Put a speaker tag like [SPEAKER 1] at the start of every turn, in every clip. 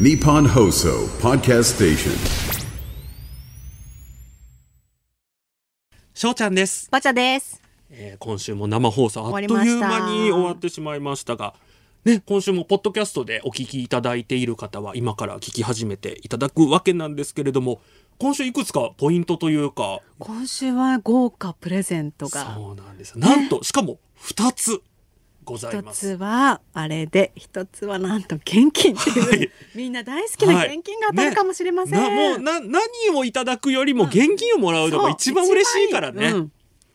[SPEAKER 1] Nippon Hoso Podcast Station.
[SPEAKER 2] しょうちゃんです、
[SPEAKER 3] バチャです。
[SPEAKER 2] えー今週も生放送あっとい
[SPEAKER 3] 終
[SPEAKER 2] う
[SPEAKER 3] わりました
[SPEAKER 2] 間に終わってしまいましたがね、今週もポッドキャストでお聞きいただいている方は今から聞き始めていただくわけなんですけれども今週いくつかポイントというか
[SPEAKER 3] 今週は豪華プレゼントが。
[SPEAKER 2] そうなんですなんとしかも2つござい
[SPEAKER 3] 一
[SPEAKER 2] ます
[SPEAKER 3] つはあれで、一つはなんと現金っていう、
[SPEAKER 2] はい
[SPEAKER 3] みんな大好きな現金が当たるかもしれません。
[SPEAKER 2] はいねなもうな何をいただくよりも現金をもらうの
[SPEAKER 3] そ
[SPEAKER 2] が
[SPEAKER 3] う
[SPEAKER 2] 一番嬉しいからね。
[SPEAKER 3] 一番いいうん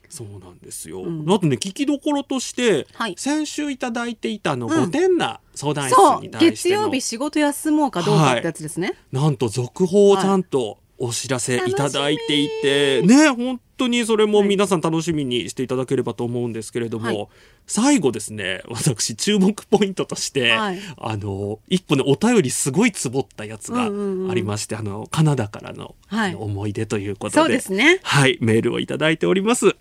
[SPEAKER 2] そうなんですよ、あとね聞きどころとして、
[SPEAKER 3] はい
[SPEAKER 2] 先週いただいていたあの
[SPEAKER 3] ん
[SPEAKER 2] 5点な相談室
[SPEAKER 3] そう
[SPEAKER 2] に対し
[SPEAKER 3] 月
[SPEAKER 2] ての、
[SPEAKER 3] 曜日仕事休もうかどうかってやつですね、
[SPEAKER 2] なんと続報をちゃんとお知らせいただいていて、ね本当にそれも皆さん楽しみにしていただければと思うんですけれども、
[SPEAKER 3] はい
[SPEAKER 2] 最後ですね私注目ポイントとして、
[SPEAKER 3] はい
[SPEAKER 2] あの一個ねお便りすごいつぼったやつが
[SPEAKER 3] うんうんうん
[SPEAKER 2] ありまして、あのカナダからの,、
[SPEAKER 3] はい
[SPEAKER 2] 思い出ということで
[SPEAKER 3] そうですね
[SPEAKER 2] はいメールをいただいております。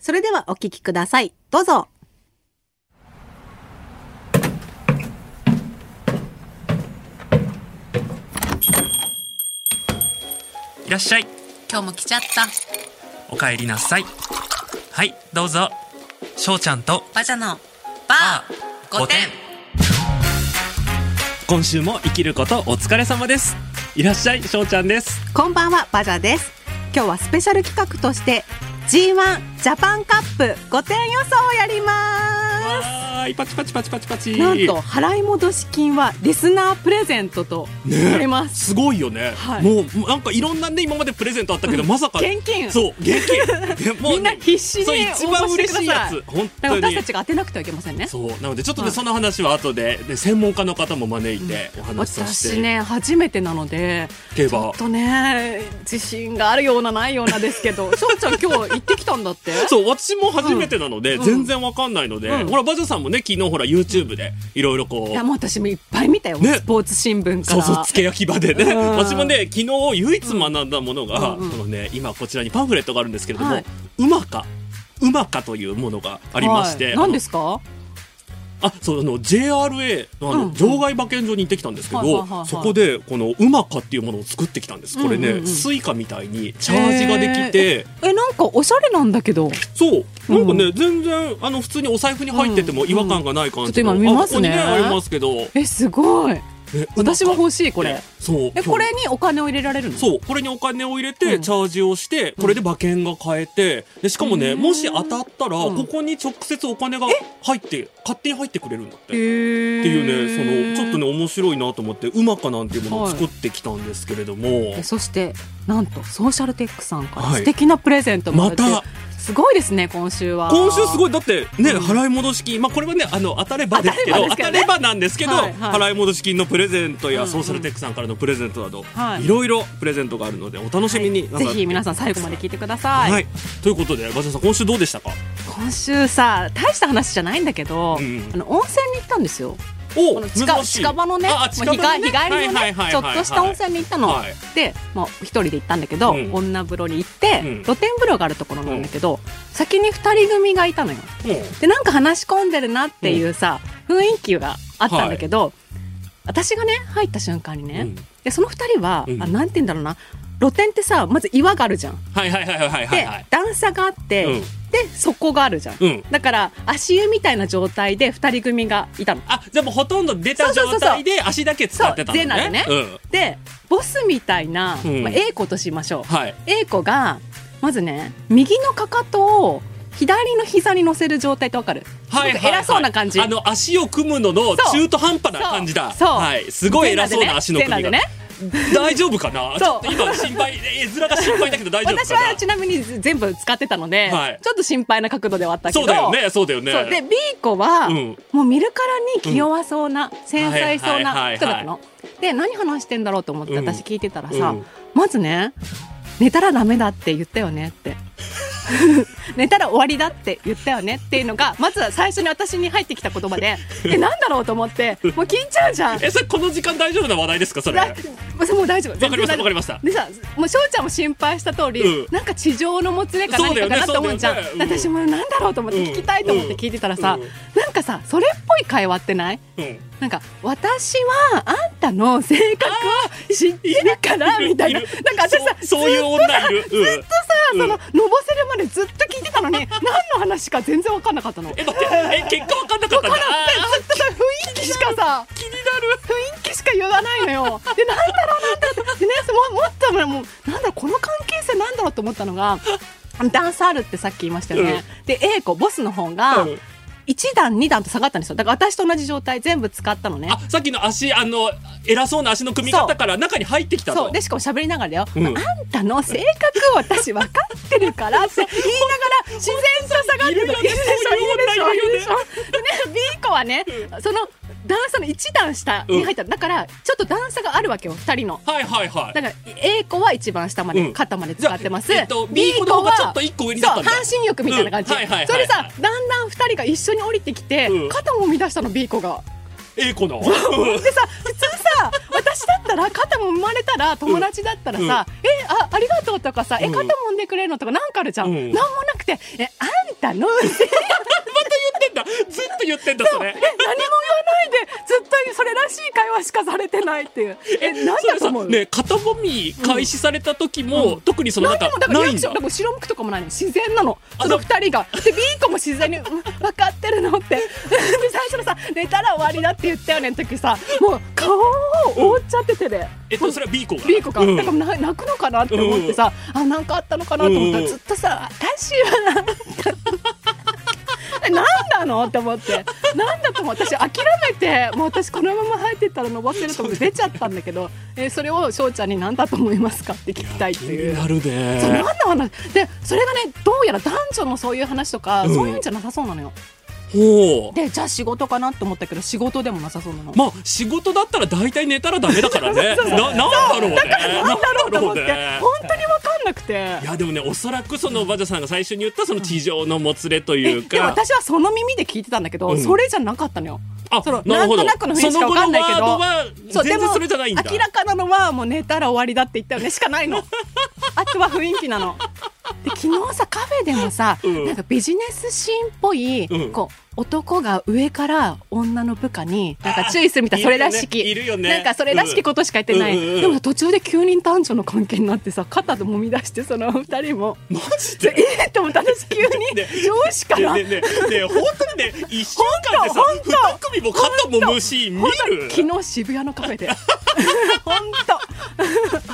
[SPEAKER 3] それではお聞きくださいどうぞ
[SPEAKER 2] いらっしゃい
[SPEAKER 3] 今日も来ちゃった
[SPEAKER 2] お帰りなさいはいどうぞしょうちゃんと
[SPEAKER 3] バチャの
[SPEAKER 2] バー5点今週も生きることお疲れ様ですいらっしゃいしょうちゃんです
[SPEAKER 3] こんばんはバジャです今日はスペシャル企画として G1 ジャパンカップ5点予想をやります
[SPEAKER 2] はーいパチパチパチパチパチ
[SPEAKER 3] なんと払い戻し金はリスナープレゼントとなります、
[SPEAKER 2] すごいよね、
[SPEAKER 3] はい
[SPEAKER 2] もうなんかいろんなね今までプレゼントあったけどまさか
[SPEAKER 3] 現金
[SPEAKER 2] そう現金でも
[SPEAKER 3] みんな必死に
[SPEAKER 2] そう
[SPEAKER 3] 応募
[SPEAKER 2] 一番
[SPEAKER 3] して
[SPEAKER 2] 嬉し
[SPEAKER 3] く
[SPEAKER 2] い
[SPEAKER 3] だ
[SPEAKER 2] や
[SPEAKER 3] さい
[SPEAKER 2] つ本
[SPEAKER 3] だか
[SPEAKER 2] 当
[SPEAKER 3] ら私
[SPEAKER 2] に
[SPEAKER 3] たちが当てなくてはいけませんね
[SPEAKER 2] そうなのでちょっとね、
[SPEAKER 3] はい
[SPEAKER 2] その話は後でで専門家の方も招いてお話しさせて、
[SPEAKER 3] 私ね初めてなので
[SPEAKER 2] 競馬
[SPEAKER 3] ちょっとね自信があるようなないようなです けど翔ちゃん今日行ってきたんだって
[SPEAKER 2] そう私も初めてなので、
[SPEAKER 3] うん
[SPEAKER 2] 全然わかんないので、
[SPEAKER 3] うん
[SPEAKER 2] ほらバジャさんもね昨日ほら YouTube でいろいろこ
[SPEAKER 3] いうやもう私もいっぱい見たよ、
[SPEAKER 2] ね
[SPEAKER 3] スポーツ新聞か
[SPEAKER 2] そう
[SPEAKER 3] ら
[SPEAKER 2] そうつけ焼き場でね、
[SPEAKER 3] うん
[SPEAKER 2] 私もね昨日唯一学んだものが、
[SPEAKER 3] うんうんうん
[SPEAKER 2] このね今こちらにパンフレットがあるんですけれども、
[SPEAKER 3] はい
[SPEAKER 2] 馬か馬かというものがありまして、
[SPEAKER 3] はい
[SPEAKER 2] あの
[SPEAKER 3] 何ですか
[SPEAKER 2] あそうあの JRA のあの、
[SPEAKER 3] うん
[SPEAKER 2] 場外馬券場に行ってきたんですけど、
[SPEAKER 3] はいはいはいはい
[SPEAKER 2] そこでこの馬かっていうものを作ってきたんですこれね、
[SPEAKER 3] うんうんうん
[SPEAKER 2] スイカみたいにチャージができて
[SPEAKER 3] えーえなんかおしゃれなんだけどち
[SPEAKER 2] そうなんかね、
[SPEAKER 3] う
[SPEAKER 2] 全然あの普通にお財布に入ってても違和感がない感
[SPEAKER 3] ょっ
[SPEAKER 2] じ
[SPEAKER 3] と
[SPEAKER 2] の、
[SPEAKER 3] 今見ますね
[SPEAKER 2] あここにねありますけど、
[SPEAKER 3] えすごい
[SPEAKER 2] ね
[SPEAKER 3] 私も欲しいこ
[SPEAKER 2] 馬
[SPEAKER 3] れ
[SPEAKER 2] かってそう
[SPEAKER 3] えこれにお金を入れられるの
[SPEAKER 2] そう、これにお金を入れて、
[SPEAKER 3] うん
[SPEAKER 2] チャージをして、これで馬券が買えて、で、しかもね、
[SPEAKER 3] へー
[SPEAKER 2] もし当たったら、
[SPEAKER 3] うん
[SPEAKER 2] ここに直接お金が入って、勝手に入ってくれるんだっ
[SPEAKER 3] へ
[SPEAKER 2] て。
[SPEAKER 3] ー
[SPEAKER 2] っていうね、その、ちょっとね、面白いなと思って、うまかなんていうものを
[SPEAKER 3] はい
[SPEAKER 2] 作ってきたんですけれども、
[SPEAKER 3] えそしてなんとソーシャルテックさんから
[SPEAKER 2] はい
[SPEAKER 3] 素敵なプレゼントもらって、
[SPEAKER 2] ま
[SPEAKER 3] すごいですね今週は
[SPEAKER 2] 今週すごい、だってね、
[SPEAKER 3] うん
[SPEAKER 2] 払い戻し金、まあこれはね、あの、当たればですけど、当
[SPEAKER 3] 当
[SPEAKER 2] た
[SPEAKER 3] た
[SPEAKER 2] れ
[SPEAKER 3] れ
[SPEAKER 2] ばなんですけど、
[SPEAKER 3] はいはい
[SPEAKER 2] 払い戻し金のプレゼント
[SPEAKER 3] うん
[SPEAKER 2] や、
[SPEAKER 3] うん
[SPEAKER 2] ソーシャルテックさんからのプレゼントなど、
[SPEAKER 3] はい
[SPEAKER 2] いろいろプレゼントがあるので、お楽しみに。
[SPEAKER 3] ぜひ皆さん最後まで聞いてください、
[SPEAKER 2] はい。ということで、バジャさん、今週どうでしたか
[SPEAKER 3] 今週さ大した話じゃないんだけど、
[SPEAKER 2] うんうん
[SPEAKER 3] あの温泉に行ったんですよ
[SPEAKER 2] お
[SPEAKER 3] この近近場のね
[SPEAKER 2] あ近場のね
[SPEAKER 3] もう日帰日帰りの
[SPEAKER 2] はいはい
[SPEAKER 3] ね
[SPEAKER 2] はい
[SPEAKER 3] ちょっとした温泉に行ったの、
[SPEAKER 2] はい
[SPEAKER 3] で、まあ、一人で行ったんだけど、
[SPEAKER 2] うん
[SPEAKER 3] 女風呂に行って、
[SPEAKER 2] うん
[SPEAKER 3] 露天風呂があるところなんだけど、先に二人組がいたのよ
[SPEAKER 2] うん
[SPEAKER 3] でなんか話し込んでるなっていうさ、雰囲気があったんだけど、私がね入った瞬間にね、
[SPEAKER 2] うん
[SPEAKER 3] でその二人は、
[SPEAKER 2] うん
[SPEAKER 3] あなんて言うんだろうな露店ってさまず岩があるじゃん。
[SPEAKER 2] はいはいはいはいは
[SPEAKER 3] で、
[SPEAKER 2] いはい
[SPEAKER 3] 段差があって、
[SPEAKER 2] うん
[SPEAKER 3] で底があるじゃん。
[SPEAKER 2] うん
[SPEAKER 3] だから足湯みたいな状態で二人組がいたの。
[SPEAKER 2] あじゃあもうほとんど出た
[SPEAKER 3] そうそうそ
[SPEAKER 2] 状
[SPEAKER 3] うそう
[SPEAKER 2] 態で足だけ使ってたのね
[SPEAKER 3] そう全裸でね
[SPEAKER 2] うん
[SPEAKER 3] でボスみたいな、
[SPEAKER 2] うん
[SPEAKER 3] まあ、A 子としましょう。
[SPEAKER 2] はい、
[SPEAKER 3] A 子がまずね右のかかとを左の膝に乗せる状態ってわかる、
[SPEAKER 2] はい
[SPEAKER 3] すごく偉そうな感じ。
[SPEAKER 2] はいはいあの足を組むのの
[SPEAKER 3] そう
[SPEAKER 2] 中途半端な感じだ
[SPEAKER 3] そうそう
[SPEAKER 2] はい、すごい偉そうな足の組み
[SPEAKER 3] 全
[SPEAKER 2] が、
[SPEAKER 3] 裸でね
[SPEAKER 2] 大丈夫かなちょ
[SPEAKER 3] そ
[SPEAKER 2] っ
[SPEAKER 3] う
[SPEAKER 2] と今心配絵面が心配だけど大丈夫
[SPEAKER 3] 私
[SPEAKER 2] かな
[SPEAKER 3] はちなみに全部使ってたので、
[SPEAKER 2] はい
[SPEAKER 3] ちょっと心配な角度ではあったけど
[SPEAKER 2] そうだよねそうだよね
[SPEAKER 3] そうで B 子は、
[SPEAKER 2] うん
[SPEAKER 3] もう見るからに気弱そうな、繊細そう
[SPEAKER 2] はいはいはいはい
[SPEAKER 3] な人だったの。で何話してんだろうと思って
[SPEAKER 2] うん
[SPEAKER 3] 私聞いてたらさ、
[SPEAKER 2] うん
[SPEAKER 3] まずね「寝たらダメだって言ったよね」って 「寝たら終わりだって言ったよね」っていうのがまずは最初に私に入ってきた言葉でえ何だろうと思ってもう聞いちゃうじゃん。
[SPEAKER 2] えそれこの時間大丈夫な話題ですかそれ
[SPEAKER 3] だ
[SPEAKER 2] わ
[SPEAKER 3] もう大丈夫。
[SPEAKER 2] かりましたわかり
[SPEAKER 3] ま
[SPEAKER 2] ました
[SPEAKER 3] でさ、もう翔ちゃんも心配した通り、
[SPEAKER 2] うん
[SPEAKER 3] なんか地上のもつれか
[SPEAKER 2] そう
[SPEAKER 3] 何
[SPEAKER 2] だよ
[SPEAKER 3] か
[SPEAKER 2] ね
[SPEAKER 3] かなと思うじゃん、
[SPEAKER 2] そうだよねうん
[SPEAKER 3] 私もなんだろうと思って聞きたいと思って聞いてたらさ、
[SPEAKER 2] うんうん
[SPEAKER 3] なんかさそれっぽい会話ってない
[SPEAKER 2] うん
[SPEAKER 3] なんか私はあんたの性格を知ってるからみたいななん
[SPEAKER 2] る
[SPEAKER 3] か私さ
[SPEAKER 2] そうそういう女いるうん
[SPEAKER 3] ずっとさ、そののぼせるまでずっと聞いてたのに何の話か全然分かんなかったのずっ
[SPEAKER 2] え待ってえ結果分かんなかったんだあ
[SPEAKER 3] とさ雰囲気しかさ
[SPEAKER 2] ー気になる
[SPEAKER 3] 雰囲気しか言わないのよでなんだろうなんだろうでねももっともうなんだろうこの関係性なんだろうと思ったのがダンサールってさっき言いましたよね、で A 子ボスの方が
[SPEAKER 2] うん
[SPEAKER 3] 1段2段と下がったんですよだから私と同じ状態全部使ったのね
[SPEAKER 2] あさっきの足あの偉そうな足の組み方から中に入ってきたと
[SPEAKER 3] そうでしかも喋りながらだよ、
[SPEAKER 2] うん
[SPEAKER 3] まああんたの性格を私分かってるか らって言いながら自然と下がって
[SPEAKER 2] いるよね
[SPEAKER 3] いるでしょいるでしょ
[SPEAKER 2] いるよね
[SPEAKER 3] いるでしょでね B 子はねその段差の一段下に入ったのだからちょっと段差があるわけよ二人の
[SPEAKER 2] はいはいはい
[SPEAKER 3] だから A 子は一番下まで、
[SPEAKER 2] うん
[SPEAKER 3] 肩まで使ってます、
[SPEAKER 2] じゃあえっと B 子の方がちょっと一個上になったんだ
[SPEAKER 3] そう半身浴みたいな感じ、
[SPEAKER 2] うんはいはいはい
[SPEAKER 3] それでさだんだん二人が一緒に降りてきて、
[SPEAKER 2] うん
[SPEAKER 3] 肩も乱したの B 子が
[SPEAKER 2] A 子の
[SPEAKER 3] でさ普通さ私だったら肩も生まれたら友達だったらさ「
[SPEAKER 2] うん
[SPEAKER 3] えあありがとう」とかさ「え
[SPEAKER 2] うん
[SPEAKER 3] 肩もんでくれるの?」とかなんかあるじゃん、
[SPEAKER 2] うん
[SPEAKER 3] なんもなくて「えあんた のせ
[SPEAKER 2] 言
[SPEAKER 3] い
[SPEAKER 2] ってんだ ずっと言ってんだそれ
[SPEAKER 3] 何も言わないでずっとそれらしい会話しかされてない」っていうえ何だと思
[SPEAKER 2] そうれさね肩もみ開始された時も、特にそのな
[SPEAKER 3] 何
[SPEAKER 2] んか
[SPEAKER 3] でもだから
[SPEAKER 2] な
[SPEAKER 3] リア
[SPEAKER 2] いん
[SPEAKER 3] クショ
[SPEAKER 2] だ
[SPEAKER 3] ンだから後ろ向くとかもないの自然なの
[SPEAKER 2] あ
[SPEAKER 3] その二人がで B 子も自然に「うん分かってるの?」ってで最初のさ「寝たら終わりだ」って言ったよねの時さもう顔を覆っちゃっててで
[SPEAKER 2] えっとそれは B 子が
[SPEAKER 3] B 子が、
[SPEAKER 2] うん
[SPEAKER 3] だからな泣くのかなって思ってさ、あなんかあったのかなと思ったら、
[SPEAKER 2] うん
[SPEAKER 3] ずっとさ「私はなんか」何なのって思ってなんだと思う私諦めてもう私このまま入ってったら登ってると思って出ちゃったんだけど、えーそれを翔ちゃんに何だと思いますかって聞きたいっ
[SPEAKER 2] 気
[SPEAKER 3] てい
[SPEAKER 2] に
[SPEAKER 3] う。
[SPEAKER 2] なる
[SPEAKER 3] そう
[SPEAKER 2] ね
[SPEAKER 3] 何の話でそれがねどうやら男女のそういう話とか、
[SPEAKER 2] うん
[SPEAKER 3] そういうんじゃなさそうなのよ
[SPEAKER 2] ほう
[SPEAKER 3] でじゃあ仕事かなって思ったけど仕事でもなさそうなの、
[SPEAKER 2] まあ仕事だったら大体寝たらダメだからねななんだろうね
[SPEAKER 3] なんだろうと思って
[SPEAKER 2] なんだろうね
[SPEAKER 3] 本当に分かんなくて
[SPEAKER 2] いやでもねおそらくそのバジャさんが最初に言ったその地上のもつれとい
[SPEAKER 3] え
[SPEAKER 2] う
[SPEAKER 3] でも
[SPEAKER 2] か
[SPEAKER 3] 私はその耳で聞いてたんだけど、
[SPEAKER 2] うん
[SPEAKER 3] それじゃなかったのよ
[SPEAKER 2] あ
[SPEAKER 3] その
[SPEAKER 2] な
[SPEAKER 3] な
[SPEAKER 2] る
[SPEAKER 3] ん
[SPEAKER 2] ほ
[SPEAKER 3] と
[SPEAKER 2] ど
[SPEAKER 3] なくの辺しか分かんないけ
[SPEAKER 2] その
[SPEAKER 3] ど
[SPEAKER 2] 後のワードは全
[SPEAKER 3] で
[SPEAKER 2] 然
[SPEAKER 3] も
[SPEAKER 2] それじゃないんだ
[SPEAKER 3] 明らかなのはもう寝たら終わりだって言ったよねし かないのあとは雰囲気なので昨日さカフェでもさ、
[SPEAKER 2] うん
[SPEAKER 3] なんかビジネスシーンっぽい、
[SPEAKER 2] うん
[SPEAKER 3] こう男が上から女の部下になんか注意するみ たいなそれらしき
[SPEAKER 2] いるよねいるよね
[SPEAKER 3] なんかそれらしきことしか言ってない、
[SPEAKER 2] うんうんうん
[SPEAKER 3] でも途中で9人男女の関係になってさ肩でもみ出してその二人も
[SPEAKER 2] マジ
[SPEAKER 3] で
[SPEAKER 2] で
[SPEAKER 3] えっと思った私急に
[SPEAKER 2] ね
[SPEAKER 3] 上司か
[SPEAKER 2] ね
[SPEAKER 3] ら
[SPEAKER 2] ねねね本当にね一週間でさ
[SPEAKER 3] 本当
[SPEAKER 2] 二組も肩もむし見
[SPEAKER 3] 本当
[SPEAKER 2] る
[SPEAKER 3] 昨日渋谷のカフェで 本当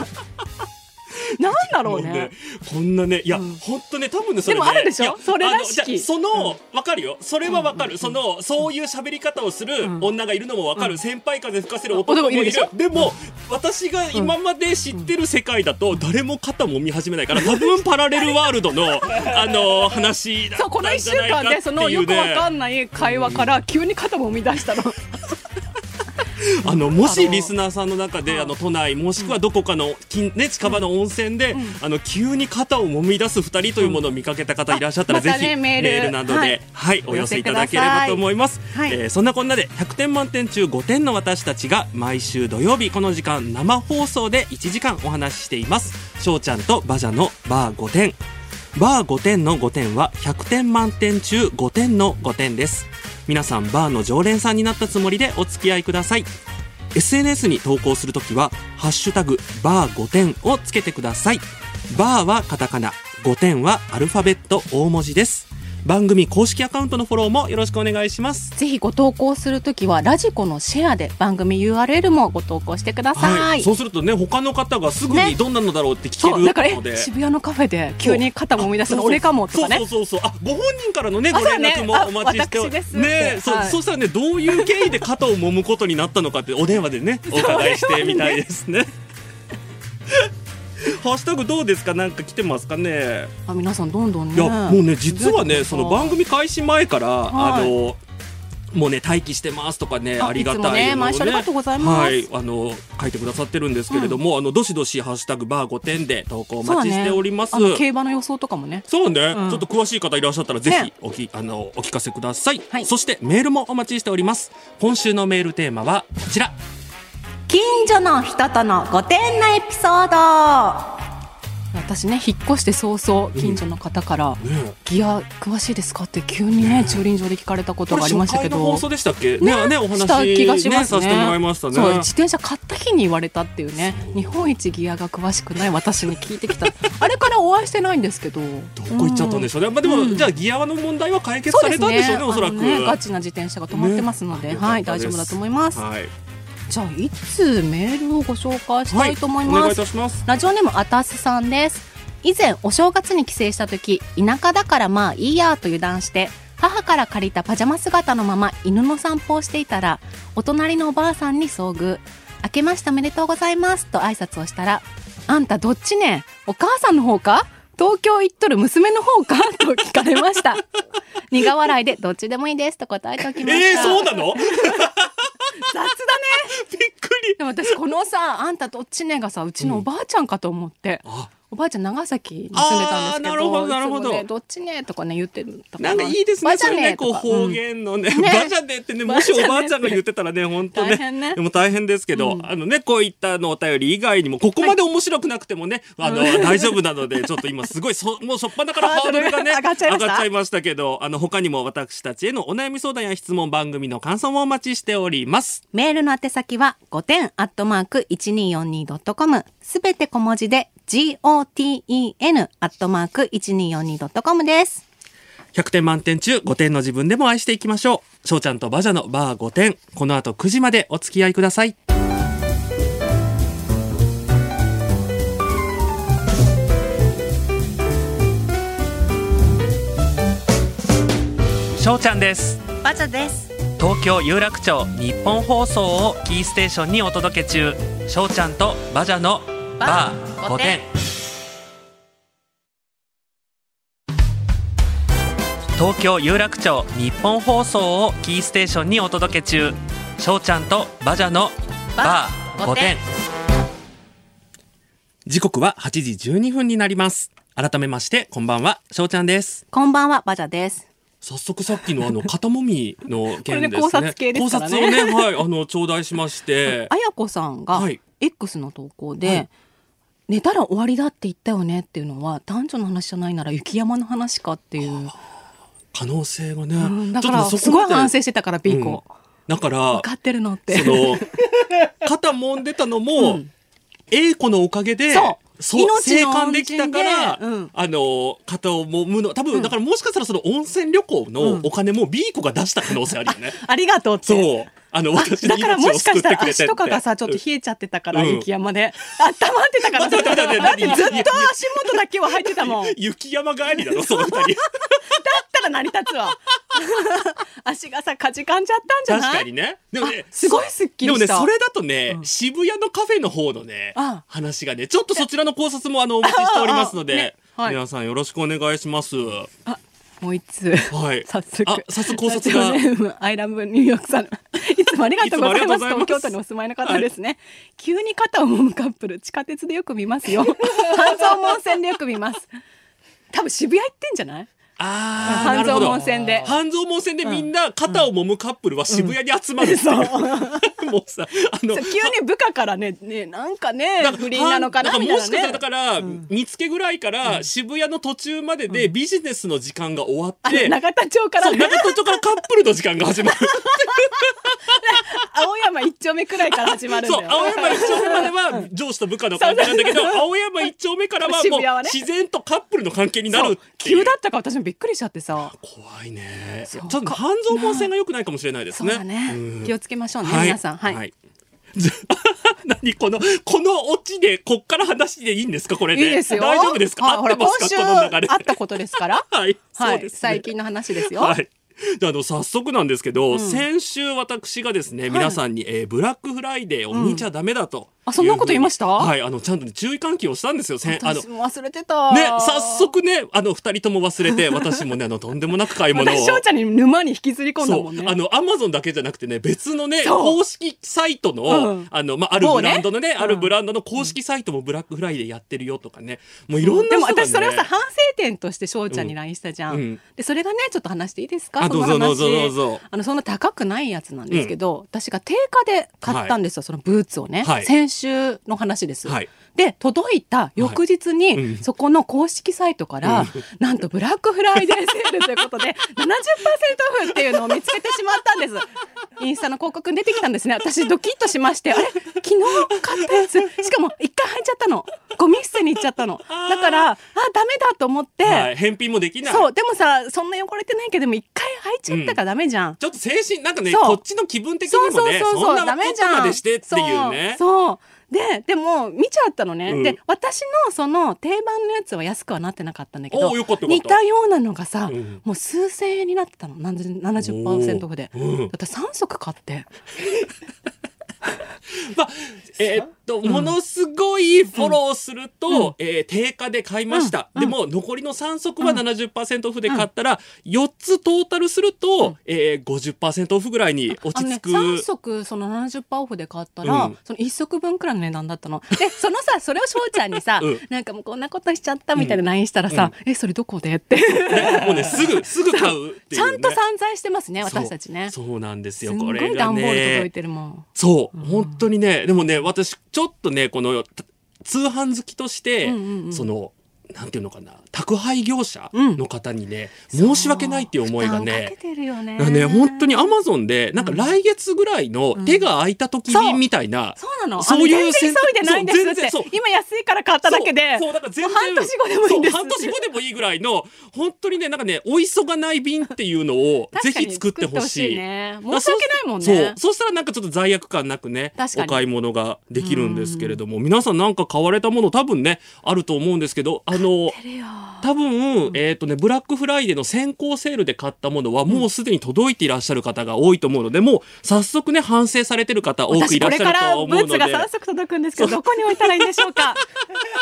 [SPEAKER 3] なんだ
[SPEAKER 2] も
[SPEAKER 3] ろう
[SPEAKER 2] うね
[SPEAKER 3] ね
[SPEAKER 2] こんなねいや、
[SPEAKER 3] うん
[SPEAKER 2] 本当ね多分ねそれね
[SPEAKER 3] でもあるでしょ
[SPEAKER 2] いや
[SPEAKER 3] それらしき
[SPEAKER 2] あのじゃあそのわかるよそれはわかる、そのそういう喋り方をする
[SPEAKER 3] ん
[SPEAKER 2] 女がいるのもわかる、先輩風吹かせる
[SPEAKER 3] 男
[SPEAKER 2] 男も
[SPEAKER 3] も
[SPEAKER 2] い
[SPEAKER 3] い
[SPEAKER 2] る
[SPEAKER 3] るでしょ
[SPEAKER 2] でも、私が今まで知ってる世界だと誰も肩もみ始めないから多分パラレルワールドのあの話だっ
[SPEAKER 3] そう
[SPEAKER 2] た
[SPEAKER 3] この
[SPEAKER 2] ん
[SPEAKER 3] 1
[SPEAKER 2] じ
[SPEAKER 3] 週
[SPEAKER 2] ゃないかっていう、
[SPEAKER 3] 間
[SPEAKER 2] ね、
[SPEAKER 3] でそのよくわかんない会話から急に肩もみ 出したの
[SPEAKER 2] あのも
[SPEAKER 3] あ
[SPEAKER 2] し
[SPEAKER 3] の
[SPEAKER 2] リスナーさんの中で
[SPEAKER 3] うん
[SPEAKER 2] あの都内もしくはどこかの近,、ね、近場の温泉で、あの急に肩を揉み出す二人というものを見かけた方いらっしゃったら、
[SPEAKER 3] あ
[SPEAKER 2] ぜ
[SPEAKER 3] また
[SPEAKER 2] ひ、
[SPEAKER 3] ね
[SPEAKER 2] メ
[SPEAKER 3] メ
[SPEAKER 2] ー
[SPEAKER 3] ール
[SPEAKER 2] ルなどで、は
[SPEAKER 3] はいい
[SPEAKER 2] お寄せいただければと思います、
[SPEAKER 3] はい
[SPEAKER 2] えーそんなこんなで100点満点中5点の私たちが毎週土曜日この時間生放送で1時間お話ししています翔ちゃんとバジャのバー5点バー5点の5点は100点満点中5点の5点です皆さんバーの常連さんになったつもりでお付き合いください SNS に投稿するときは「ハッシュタグバー5点」をつけてくださいバーはカタカナ5点はアルファベット大文字です番組公式アカウントのフォローもよろしくお願いします
[SPEAKER 3] ぜひご投稿するときはラジコのシェアで番組 URL もご投稿してください、
[SPEAKER 2] そうするとね他の方がすぐに
[SPEAKER 3] ね
[SPEAKER 2] どんなのだろうって聞け
[SPEAKER 3] そ
[SPEAKER 2] る
[SPEAKER 3] うだから
[SPEAKER 2] ので、
[SPEAKER 3] え渋谷のカフェで急に肩もみ出したの俺かもとかね
[SPEAKER 2] そうそうそうそうあご本人からのね
[SPEAKER 3] あ
[SPEAKER 2] ご連絡も
[SPEAKER 3] そうねあ
[SPEAKER 2] お待ちして
[SPEAKER 3] 私です
[SPEAKER 2] ね
[SPEAKER 3] って
[SPEAKER 2] そう、
[SPEAKER 3] はい
[SPEAKER 2] そうしたらねどういう経緯で肩を揉むことになったのかってお電話でねお伺いしてみたいですね ハッシュタグどうですかなんか来てますかね
[SPEAKER 3] あ皆さんどんどんね
[SPEAKER 2] いやもうね実はね
[SPEAKER 3] ずっとさ
[SPEAKER 2] その番組開始前から、
[SPEAKER 3] はい
[SPEAKER 2] あのもうね待機してますとかねあ
[SPEAKER 3] あ
[SPEAKER 2] りがたい
[SPEAKER 3] いつもね
[SPEAKER 2] のを
[SPEAKER 3] 毎週ありがとうございます
[SPEAKER 2] はいあの書いてくださってるんですけれども、あのどしどしハッシュタグバー5点で投稿お
[SPEAKER 3] そう
[SPEAKER 2] 待
[SPEAKER 3] だ
[SPEAKER 2] ち
[SPEAKER 3] ね
[SPEAKER 2] しております。
[SPEAKER 3] あの競馬の予想とかもね
[SPEAKER 2] そうね、
[SPEAKER 3] うん
[SPEAKER 2] ちょっと詳しい方いらっしゃったらぜひ
[SPEAKER 3] ね
[SPEAKER 2] おき、あのお聞かせください、
[SPEAKER 3] はい
[SPEAKER 2] そしてメールもお待ちしております今週のメールテーマはこちら
[SPEAKER 3] 近所の人とのご点なエピソード私ね引っ越して早々近所の方から、
[SPEAKER 2] ね
[SPEAKER 3] ギア詳しいですかって急にね駐輪場で聞かれたこと
[SPEAKER 2] これ
[SPEAKER 3] がありまし
[SPEAKER 2] 初
[SPEAKER 3] たけ
[SPEAKER 2] 回の
[SPEAKER 3] ど
[SPEAKER 2] 放送でしたっけねねお話
[SPEAKER 3] した気がしますね
[SPEAKER 2] させてもらいましたね
[SPEAKER 3] そう自転車買った日に言われたっていうね日本一ギアが詳しくない私に聞い てきたあれからお会いしてないんですけど
[SPEAKER 2] どこ行っちゃったんでしょうね、まあ、でも、
[SPEAKER 3] うん
[SPEAKER 2] じゃあギアの問題は解決
[SPEAKER 3] そ
[SPEAKER 2] さ
[SPEAKER 3] う
[SPEAKER 2] れ
[SPEAKER 3] です
[SPEAKER 2] たんで
[SPEAKER 3] ね
[SPEAKER 2] しょうねおそら
[SPEAKER 3] あ
[SPEAKER 2] く、
[SPEAKER 3] のねガチな自転車が止まってますので、
[SPEAKER 2] ね
[SPEAKER 3] はい
[SPEAKER 2] よかった
[SPEAKER 3] 大
[SPEAKER 2] です
[SPEAKER 3] 丈夫だと思います、
[SPEAKER 2] はい
[SPEAKER 3] じゃあいつメールをご紹介したいと思い
[SPEAKER 2] お願
[SPEAKER 3] ま
[SPEAKER 2] いい
[SPEAKER 3] す、
[SPEAKER 2] たします
[SPEAKER 3] ラジオネームあたすさんです以前お正月に帰省した時田舎だからまあいいやと油断して母から借りたパジャマ姿のまま犬の散歩をしていたらお隣のおばあさんに遭遇「明けましておめでとうございます」と挨拶をしたら「あんたどっちねお母さんの方か東京行っとる娘の方か?」と聞かれました苦笑いで「どっちでもいいです」と答えておきました
[SPEAKER 2] えー、そうなの びっ
[SPEAKER 3] 雑だね
[SPEAKER 2] くり
[SPEAKER 3] でも私このさ「あんたどっちね」がさうちのおばあちゃんかと思って、
[SPEAKER 2] あ
[SPEAKER 3] おばあちゃん長崎に住んでたんですけど
[SPEAKER 2] あーなるほどなるほど
[SPEAKER 3] いつもね、どっちねとかね言ってる
[SPEAKER 2] なんかいいですね。それね、こう方
[SPEAKER 3] うん
[SPEAKER 2] 言のね、
[SPEAKER 3] んね
[SPEAKER 2] バジャネってね、もしおばあちゃんが言ってたらね、本当
[SPEAKER 3] 大
[SPEAKER 2] ね
[SPEAKER 3] 変ね。
[SPEAKER 2] でも大変ですけど、あのね、こういったあのお便り以外にも、ここまで面白くなくてもね、あの、大丈夫なので、ちょっと今すごい、そもうしょっぱなからハードルがね、
[SPEAKER 3] ハードルが上がっちゃいました
[SPEAKER 2] したけど、あの、他にも私たちへのお悩み相談や質問、番組の感想もお待ちしております。
[SPEAKER 3] メールの宛先は5点アットマーク 1242.com すべて小文字で GOTEN アットマーク 1242.com です
[SPEAKER 2] 100点満点中5点の自分でも愛していきましょう。翔ちゃんとバジャのバー5点。この後9時までお付き合いください。翔ちゃんです。
[SPEAKER 3] バジャです
[SPEAKER 2] 東京有楽町日本放送をキーステーションにお届け中。翔ちゃんとバジャのバー5点。東京有楽町日本放送をキーステーションにお届け中翔ちゃんとバジャのバー5点時刻は8時12分になります改めましてこんばんは翔ちゃんです
[SPEAKER 3] こんばんはバジャです
[SPEAKER 2] 早速さっきのあの肩もみの件ですね
[SPEAKER 3] これね考察系ですからね
[SPEAKER 2] 考察をねはいあの頂戴しまして
[SPEAKER 3] あやこさんが
[SPEAKER 2] はい
[SPEAKER 3] X の投稿
[SPEAKER 2] は
[SPEAKER 3] で
[SPEAKER 2] い
[SPEAKER 3] 寝たら終わりだって言ったよねっていうのは男女の話じゃないなら雪山の話かっていう、
[SPEAKER 2] 可能性がね、
[SPEAKER 3] うん、だ
[SPEAKER 2] ちょ
[SPEAKER 3] か
[SPEAKER 2] っと
[SPEAKER 3] ら
[SPEAKER 2] そこまです
[SPEAKER 3] ごい反省してたからピーコ、
[SPEAKER 2] うんだから
[SPEAKER 3] 分かってるのっ
[SPEAKER 2] そ
[SPEAKER 3] て
[SPEAKER 2] の肩もんでたのも、
[SPEAKER 3] うん
[SPEAKER 2] A 子のおかげで
[SPEAKER 3] そう
[SPEAKER 2] そう
[SPEAKER 3] 命
[SPEAKER 2] 生
[SPEAKER 3] の
[SPEAKER 2] 還できたから、
[SPEAKER 3] 恩人でうん
[SPEAKER 2] あの肩をもむの多分、だからもしかしたらその温泉旅行のお金も B 子が出した可能性あるよね。
[SPEAKER 3] ありがとうって
[SPEAKER 2] そうあの私の
[SPEAKER 3] だから
[SPEAKER 2] 命
[SPEAKER 3] も
[SPEAKER 2] を
[SPEAKER 3] しか
[SPEAKER 2] 救っ
[SPEAKER 3] した
[SPEAKER 2] て
[SPEAKER 3] ら
[SPEAKER 2] くれて
[SPEAKER 3] 足とかがさちょっと
[SPEAKER 2] うん
[SPEAKER 3] 冷えちゃってたから、
[SPEAKER 2] うん
[SPEAKER 3] 雪山であったまってたから
[SPEAKER 2] 待って待って
[SPEAKER 3] だって
[SPEAKER 2] 待って
[SPEAKER 3] ずっと足元だけは入ってたもんだっ
[SPEAKER 2] 雪山帰りだろその二人
[SPEAKER 3] たら成り立つわ 足がさかじかんじゃったんじゃ
[SPEAKER 2] 確
[SPEAKER 3] ない
[SPEAKER 2] かにねでもね
[SPEAKER 3] あすごいすっ
[SPEAKER 2] で
[SPEAKER 3] きり
[SPEAKER 2] も
[SPEAKER 3] し
[SPEAKER 2] ね
[SPEAKER 3] た
[SPEAKER 2] それだとね、
[SPEAKER 3] うん
[SPEAKER 2] 渋谷のカフェの方のね
[SPEAKER 3] あ
[SPEAKER 2] 話がねちょっとそちらの考察もあのお待ちしておりますので、
[SPEAKER 3] あああねはい
[SPEAKER 2] 皆さんよろしくお願いします。
[SPEAKER 3] もう一つ
[SPEAKER 2] はい。
[SPEAKER 3] 早速
[SPEAKER 2] あ、早速考察が
[SPEAKER 3] ラ。ジオネームアイラブニューヨークさんいつもありがと
[SPEAKER 2] いつ
[SPEAKER 3] うございます
[SPEAKER 2] もありがとうございます
[SPEAKER 3] 東京都にお住まいの方ですね、急に肩を揉むカップル地下鉄でよく見ます よ半蔵門線でよく見ます多分渋谷行ってんじゃない
[SPEAKER 2] あー
[SPEAKER 3] 半蔵門線
[SPEAKER 2] な
[SPEAKER 3] で
[SPEAKER 2] るほど半蔵門線でみんな肩を揉むカップルは渋谷に集まるってい
[SPEAKER 3] そう
[SPEAKER 2] う。 もうさ、あの
[SPEAKER 3] そう、急に部下からねねなんかね
[SPEAKER 2] なんか
[SPEAKER 3] 不倫なのかな
[SPEAKER 2] 半
[SPEAKER 3] み
[SPEAKER 2] んか
[SPEAKER 3] たい
[SPEAKER 2] も
[SPEAKER 3] な
[SPEAKER 2] しかしたら
[SPEAKER 3] ね
[SPEAKER 2] だから、見つけぐらいから渋谷の途中まででビジネスの時間が終わ
[SPEAKER 3] あ
[SPEAKER 2] って、
[SPEAKER 3] の永田町から
[SPEAKER 2] そう、
[SPEAKER 3] ね
[SPEAKER 2] 中途中からカップルの時間が始まる。
[SPEAKER 3] 青山一丁目くらいから始まるんだ
[SPEAKER 2] そう、
[SPEAKER 3] よ
[SPEAKER 2] 青山一丁目までは上司と部下の関係なんだけど、青山一丁目からは
[SPEAKER 3] 渋
[SPEAKER 2] も
[SPEAKER 3] 谷は
[SPEAKER 2] う
[SPEAKER 3] ね
[SPEAKER 2] 自然とカップルの関係にな
[SPEAKER 3] そ
[SPEAKER 2] るっ
[SPEAKER 3] う
[SPEAKER 2] ていう
[SPEAKER 3] 急だったから私もびっくりしちゃってさ
[SPEAKER 2] 怖いね。ち
[SPEAKER 3] そ
[SPEAKER 2] ょ
[SPEAKER 3] う
[SPEAKER 2] っと半蔵門線が良くないかもしれないです
[SPEAKER 3] そう
[SPEAKER 2] ね。
[SPEAKER 3] だね、
[SPEAKER 2] うん
[SPEAKER 3] 気をつけましょうね、
[SPEAKER 2] はい
[SPEAKER 3] 皆さんはい、い、。
[SPEAKER 2] じゃ何このこのオチでこっから話でいいんですかこれ
[SPEAKER 3] い
[SPEAKER 2] で。
[SPEAKER 3] ですよ
[SPEAKER 2] 大丈夫ですか。
[SPEAKER 3] はい
[SPEAKER 2] 合
[SPEAKER 3] ほ
[SPEAKER 2] って
[SPEAKER 3] ら
[SPEAKER 2] ま
[SPEAKER 3] 今
[SPEAKER 2] すか
[SPEAKER 3] 週
[SPEAKER 2] この流れ。
[SPEAKER 3] あったことですから
[SPEAKER 2] はい。
[SPEAKER 3] は
[SPEAKER 2] そう
[SPEAKER 3] い、
[SPEAKER 2] ですね
[SPEAKER 3] 最近の話ですよ、
[SPEAKER 2] はい。であの早速なんですけど、先週私がですね、皆さんに、えーブラックフライデーを見ちゃダメだと、
[SPEAKER 3] あそんなこと言いました
[SPEAKER 2] はいあのちゃんとね注意喚起をしたんですよせんあの
[SPEAKER 3] 私も忘れてた
[SPEAKER 2] ね早速ねあの二人とも忘れ て私もねあのとんでもなく買い物を
[SPEAKER 3] 私翔ちゃんに沼に引きずり込んだ
[SPEAKER 2] そ
[SPEAKER 3] もんね
[SPEAKER 2] うあのアマゾンだけじゃなくてね別のね
[SPEAKER 3] そう
[SPEAKER 2] 公式サイトの,、
[SPEAKER 3] うん
[SPEAKER 2] あのまあ、あるブランドのね
[SPEAKER 3] 某ね
[SPEAKER 2] あるブランドの公式サイトもブラックフライデーやってるよとかねもういろんな
[SPEAKER 3] で
[SPEAKER 2] 人
[SPEAKER 3] も
[SPEAKER 2] が、ね、
[SPEAKER 3] 私それをさ反省点として翔ちゃんに LINE したじゃん、
[SPEAKER 2] うん
[SPEAKER 3] でそれがねちょっと話していいですか
[SPEAKER 2] あ
[SPEAKER 3] そ
[SPEAKER 2] ど
[SPEAKER 3] の
[SPEAKER 2] うぞ
[SPEAKER 3] 話
[SPEAKER 2] どうぞどうぞ
[SPEAKER 3] あのそんな高くないやつなんですけど、私が定価で買ったんですよ、そのブーツをね、
[SPEAKER 2] はい
[SPEAKER 3] 先週の話です。
[SPEAKER 2] はい
[SPEAKER 3] で届いた翌日に、
[SPEAKER 2] はいうん
[SPEAKER 3] そこの公式サイトから、なんとブラックフライデーセールということで 70%オフっていうのを見つけてしまったんですインスタの広告に出てきたんですね私ドキッとしましてあれ昨日買ったやつしかも一回履いちゃったのゴミ捨てに行っちゃったのだからあダメだと思って、
[SPEAKER 2] はい、返品もできない。
[SPEAKER 3] そうでもさそんな汚れてないけどでも一回履いちゃったからダメじゃん、
[SPEAKER 2] ちょっと精神、なんかね、
[SPEAKER 3] そう
[SPEAKER 2] こっちの気分的に
[SPEAKER 3] そう
[SPEAKER 2] も
[SPEAKER 3] そう
[SPEAKER 2] ね、
[SPEAKER 3] そう
[SPEAKER 2] そ
[SPEAKER 3] そ
[SPEAKER 2] ん
[SPEAKER 3] う
[SPEAKER 2] な
[SPEAKER 3] ダメじ
[SPEAKER 2] こと
[SPEAKER 3] ゃ
[SPEAKER 2] まで
[SPEAKER 3] ん
[SPEAKER 2] してっていうね。
[SPEAKER 3] そうそうででも見ちゃったのね、
[SPEAKER 2] うん
[SPEAKER 3] で私のその定番のやつは安くはなってなかったんだけ
[SPEAKER 2] お
[SPEAKER 3] ど
[SPEAKER 2] ーよかったよかっ
[SPEAKER 3] 似
[SPEAKER 2] た
[SPEAKER 3] たようなのがさ、
[SPEAKER 2] うん
[SPEAKER 3] もう数千円になってたの70 70%オフで、
[SPEAKER 2] うん
[SPEAKER 3] だって3足買って
[SPEAKER 2] まあ、えーっと、ものすごいフォローすると、えー定価で買いました。
[SPEAKER 3] うん
[SPEAKER 2] でも、残りの3足は70%オフで買ったら、4つトータルすると、えー、50%オフぐらいに落
[SPEAKER 3] あの
[SPEAKER 2] ち
[SPEAKER 3] ね
[SPEAKER 2] 着く。
[SPEAKER 3] 3足その70%オフで買ったら、
[SPEAKER 2] うん
[SPEAKER 3] その1足分くらいの値段だったのでそのさそれを翔ちゃんにさ、
[SPEAKER 2] うん
[SPEAKER 3] なんかもうこんなことしちゃったみたいな LINE したらさ「えそれどこで?」っ て
[SPEAKER 2] ねもうね、すぐ、すぐ買うっていう、ね。
[SPEAKER 3] ちゃんと散財してますね私たちね。
[SPEAKER 2] そうそうなんです
[SPEAKER 3] す
[SPEAKER 2] よ、
[SPEAKER 3] ん
[SPEAKER 2] こ
[SPEAKER 3] ご
[SPEAKER 2] れ
[SPEAKER 3] い
[SPEAKER 2] が
[SPEAKER 3] 段ボール届い
[SPEAKER 2] ね。
[SPEAKER 3] てるもん。
[SPEAKER 2] そう、本当にね、でもね、私、ちょっとね、この、た通販好きとして、
[SPEAKER 3] うんうんうん
[SPEAKER 2] その、なんていうのかな、宅配業者
[SPEAKER 3] うん
[SPEAKER 2] の方にね、申し訳ないっていう思いがね
[SPEAKER 3] 負担をかけ、てるよね
[SPEAKER 2] だからね、本当にアマゾンで、なんか来月ぐらいの手が空いた時
[SPEAKER 3] そう
[SPEAKER 2] 便みたいな、
[SPEAKER 3] そうなの
[SPEAKER 2] そういう
[SPEAKER 3] あの全然急いでないんです
[SPEAKER 2] そう全
[SPEAKER 3] っ
[SPEAKER 2] 然
[SPEAKER 3] て
[SPEAKER 2] そう
[SPEAKER 3] 今安いから買っただけで
[SPEAKER 2] そうそうだから全然
[SPEAKER 3] もう半年後でもいいんです
[SPEAKER 2] そう半年後でもいいぐらいの、本当にね、なんかね、お急がない便っていうのをぜ
[SPEAKER 3] 確かに
[SPEAKER 2] ひ作ってほしい。
[SPEAKER 3] ね
[SPEAKER 2] だから
[SPEAKER 3] 申し
[SPEAKER 2] そう
[SPEAKER 3] 訳ないもんね
[SPEAKER 2] そう。そうしたらなんかちょっと罪悪感なくね、
[SPEAKER 3] 確か
[SPEAKER 2] お
[SPEAKER 3] に
[SPEAKER 2] 買い物ができるんですけれども、皆さんなんか買われたもの多分ね、あると思うんですけど、あの、
[SPEAKER 3] いるよ
[SPEAKER 2] 多分、えっ、とね、ブラックフライデーの先行セールで買ったものは、もうすでに届いていらっしゃる方が多いと思うので、もう早速ね、反省されてる方多くい
[SPEAKER 3] 私
[SPEAKER 2] ら
[SPEAKER 3] こ
[SPEAKER 2] っし
[SPEAKER 3] れ
[SPEAKER 2] ゃ
[SPEAKER 3] か
[SPEAKER 2] るとは
[SPEAKER 3] らブ
[SPEAKER 2] 思う
[SPEAKER 3] ー
[SPEAKER 2] の
[SPEAKER 3] ツ
[SPEAKER 2] で
[SPEAKER 3] が。3足届くんですけどどこに置いたらいいんでしょう か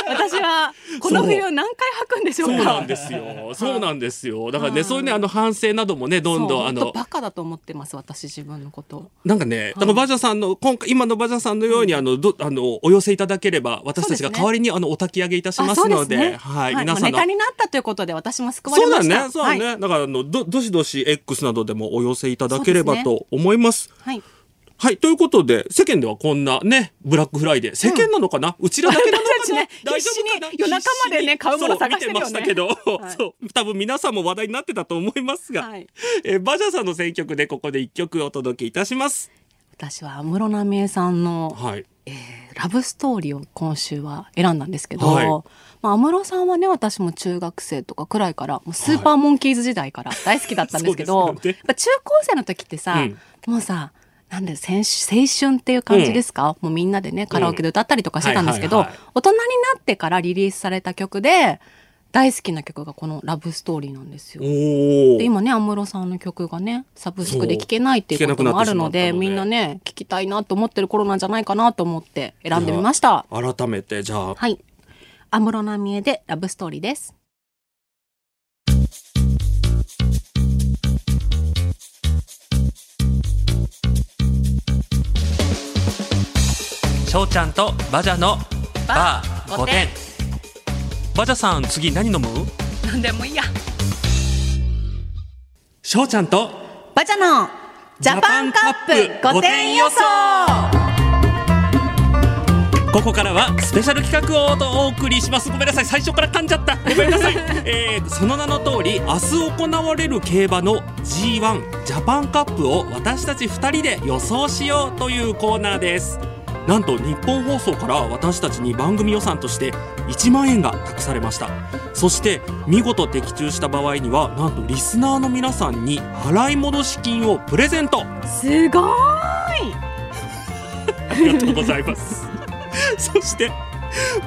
[SPEAKER 3] 私はこの冬何回履くんでしょう
[SPEAKER 2] そ
[SPEAKER 3] か
[SPEAKER 2] うなんですよ。そうなんですよ。だからね、そういうね、あの反省などもね、どんどん、あ
[SPEAKER 3] 本当
[SPEAKER 2] の、
[SPEAKER 3] バカだと思ってます私自分のこと
[SPEAKER 2] なんかね、あのバジャさんの、今回、今のバジャさんのように、あの、ど、あの、お寄せいただければ、私たちが
[SPEAKER 3] そうですね
[SPEAKER 2] 代わりに、あの、お焚き上げいたし
[SPEAKER 3] あ
[SPEAKER 2] ま
[SPEAKER 3] そ
[SPEAKER 2] す
[SPEAKER 3] うで
[SPEAKER 2] の
[SPEAKER 3] す
[SPEAKER 2] で、
[SPEAKER 3] ね
[SPEAKER 2] はい、
[SPEAKER 3] ま
[SPEAKER 2] 皆
[SPEAKER 3] あ
[SPEAKER 2] さん
[SPEAKER 3] ネ
[SPEAKER 2] の
[SPEAKER 3] タ。になったということで私も救わ
[SPEAKER 2] そ
[SPEAKER 3] れ
[SPEAKER 2] う
[SPEAKER 3] ま
[SPEAKER 2] だ
[SPEAKER 3] した
[SPEAKER 2] ね、そうだね。
[SPEAKER 3] はい
[SPEAKER 2] だから、あの、ど、どしどし X などでもお寄せいただければ
[SPEAKER 3] そう
[SPEAKER 2] と思います。
[SPEAKER 3] はい
[SPEAKER 2] はい。ということで、世間ではこんなね、ブラックフライデー。世間なのかな、うちらだけなのかな
[SPEAKER 3] 私たちね
[SPEAKER 2] 大丈夫かな
[SPEAKER 3] 必死に夜中まで
[SPEAKER 2] 必死
[SPEAKER 3] ね
[SPEAKER 2] に
[SPEAKER 3] 買うもの探してるよね
[SPEAKER 2] そう見てましたけど、
[SPEAKER 3] は い
[SPEAKER 2] そう。多分皆さんも話題になってたと思いますが、
[SPEAKER 3] はい
[SPEAKER 2] えーバジャさんの選曲でここで一曲お届けいたします。
[SPEAKER 3] 私は安室奈美恵さんの
[SPEAKER 2] はい。
[SPEAKER 3] えーラブストーリーを今週は選んだんですけど、
[SPEAKER 2] はい
[SPEAKER 3] まあ、安室さんはね私も中学生とかくらいからもうスーパーモンキーズ時代から大好きだったんです け
[SPEAKER 2] そ
[SPEAKER 3] ど
[SPEAKER 2] うですよね
[SPEAKER 3] やっぱ中高生の時ってさ、
[SPEAKER 2] うん
[SPEAKER 3] もうさなんで青春青春っていう感じですか、もうみんなでねカラオケで歌ったりとかしてたんですけど、
[SPEAKER 2] うんはいはいは
[SPEAKER 3] 大人になってからリリースされた曲で大好きな曲がこの「ラブストーリー」なんですよ
[SPEAKER 2] お。ー
[SPEAKER 3] で今ね安室さんの曲がねサブスクで聴けないっていうこともあるの
[SPEAKER 2] そう聞
[SPEAKER 3] で
[SPEAKER 2] けなくなってしまったので
[SPEAKER 3] みんなね聴きたいなと思ってる頃なんじゃないかなと思って選んでみました
[SPEAKER 2] 改めて、じゃあ、
[SPEAKER 3] はい安室奈美恵でラブストーリーです
[SPEAKER 2] しょうちゃんとバジャのバ
[SPEAKER 3] バ
[SPEAKER 2] ー
[SPEAKER 3] ー
[SPEAKER 2] 5
[SPEAKER 3] 御
[SPEAKER 2] 点
[SPEAKER 3] 殿
[SPEAKER 2] バジャさん次何飲む
[SPEAKER 3] なんでもいいや
[SPEAKER 2] しょうちゃんと
[SPEAKER 3] バジャのジャパンカップ5点予想
[SPEAKER 2] ここからはスペシャル企画をお送りしますごめんなさい最初から噛んじゃったごめんなさい、えーその名の通り明日行われる競馬の G1 ジャパンカップを私たち2人で予想しようというコーナーですなんと日本放送から私たちに番組予算として1万円が託されましたそして見事的中した場合にはなんとリスナーの皆さんに払い戻し金をプレゼント
[SPEAKER 3] すごーい
[SPEAKER 2] ありがとうございます。そして、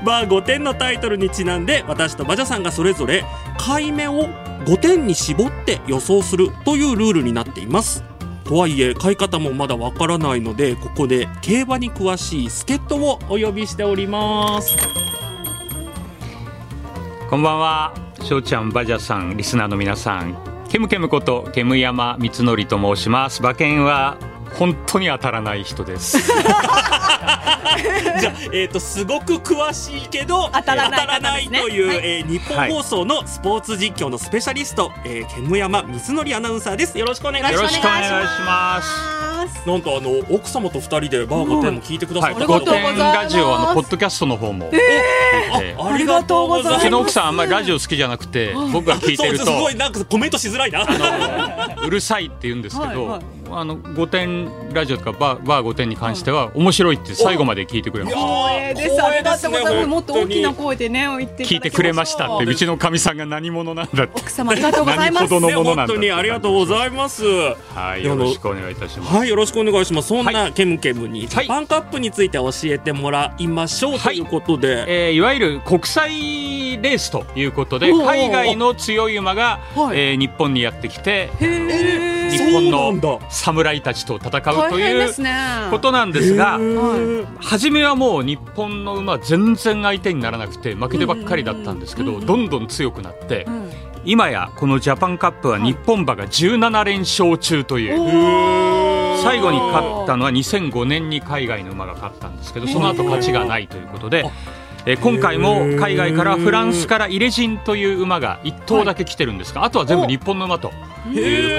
[SPEAKER 2] バー5点のタイトルにちなんで、私とバジャさんがそれぞれ、買い目を5点に絞って予想するというルールになっています。とはいえ、買い方もまだわからないので、ここで競馬に詳しい助っ人をお呼びしており ます。
[SPEAKER 4] こんばんは、しょうちゃん、バジャさん、リスナーの皆さん。ケムケムこと、ケム山光則と申します。馬券は本当に当たらない人です。
[SPEAKER 2] じゃあ、えっ、と、すごく詳しいけど、
[SPEAKER 3] 当たらない
[SPEAKER 2] 当た
[SPEAKER 3] 方ですね
[SPEAKER 2] という、
[SPEAKER 3] はい
[SPEAKER 2] えー日本放送のスポーツ実況のスペシャリスト、えー、煙山光則アナウンサーです。よろしくお願いします。
[SPEAKER 4] よろしくお願いします
[SPEAKER 3] ます。
[SPEAKER 2] なんとあの奥様と二人でバーガテンも聞いてくださ
[SPEAKER 4] は
[SPEAKER 2] っ
[SPEAKER 4] い、
[SPEAKER 2] た
[SPEAKER 3] ありが
[SPEAKER 4] 御
[SPEAKER 3] とうござい
[SPEAKER 4] 殿
[SPEAKER 3] ます
[SPEAKER 4] ラジオあのポッドキャストの方も、えー
[SPEAKER 2] ありがとうございま
[SPEAKER 4] う
[SPEAKER 2] す
[SPEAKER 4] ちの奥さんあんまりラジオ好きじゃなくて僕が聞いてる
[SPEAKER 2] そう
[SPEAKER 4] と
[SPEAKER 2] すごいなんかコメントしづらいな
[SPEAKER 4] うるさいって言うんですけど、
[SPEAKER 3] はい
[SPEAKER 4] あの御殿ラジオとかバーバー御殿に関しては面白いって最後まで聞いてくれまし
[SPEAKER 2] いや
[SPEAKER 4] た
[SPEAKER 3] 光栄です。ありがとうございます。もっ
[SPEAKER 2] 本当
[SPEAKER 3] と大
[SPEAKER 2] に
[SPEAKER 3] きな声でね、言って
[SPEAKER 4] 聞いてくれましたって
[SPEAKER 3] いだきょう
[SPEAKER 4] うちのかみさんが何者なんだって
[SPEAKER 3] 奥様ありがとうございま
[SPEAKER 4] 何
[SPEAKER 3] す。
[SPEAKER 4] ほどのものな
[SPEAKER 2] 本
[SPEAKER 4] んだ
[SPEAKER 2] 当にありがとうございます
[SPEAKER 4] はい
[SPEAKER 2] いや
[SPEAKER 4] よろしくお願いいたします
[SPEAKER 2] はいよろしくお願いしますそん
[SPEAKER 4] は
[SPEAKER 2] なケムケムにジ
[SPEAKER 4] はい
[SPEAKER 2] ャパンカップについて教えてもらいましょうと
[SPEAKER 4] はい
[SPEAKER 2] いうことで、
[SPEAKER 4] えーいわゆる国際レースということで
[SPEAKER 3] おー
[SPEAKER 4] 海外の強い馬が、
[SPEAKER 3] はい
[SPEAKER 4] えー日本にやってきて
[SPEAKER 3] へー
[SPEAKER 4] 日本
[SPEAKER 2] そうなんだ
[SPEAKER 4] の侍たちと戦う
[SPEAKER 3] 大
[SPEAKER 4] と
[SPEAKER 3] 変
[SPEAKER 4] い
[SPEAKER 3] で
[SPEAKER 4] う
[SPEAKER 3] すね。
[SPEAKER 4] ことなんです
[SPEAKER 2] へ。
[SPEAKER 4] が
[SPEAKER 2] ー
[SPEAKER 4] 初めはもう日本の馬は全然相手にならなくて負けてばっかりだったんですけ
[SPEAKER 3] うんうん
[SPEAKER 4] ど
[SPEAKER 3] うん
[SPEAKER 4] どんどん強くなって
[SPEAKER 3] うん
[SPEAKER 4] 今やこのジャパンカップは日本馬が17連勝中という
[SPEAKER 3] おー
[SPEAKER 4] 最後に勝ったのは2005年に海外の馬が勝ったんですけどその後勝ちがないということで
[SPEAKER 2] あ。
[SPEAKER 4] えー今回も海外からフランスからイレジンという馬が1頭だけ来てるんですが、あとは全部日本の馬という格好
[SPEAKER 2] へー
[SPEAKER 4] で、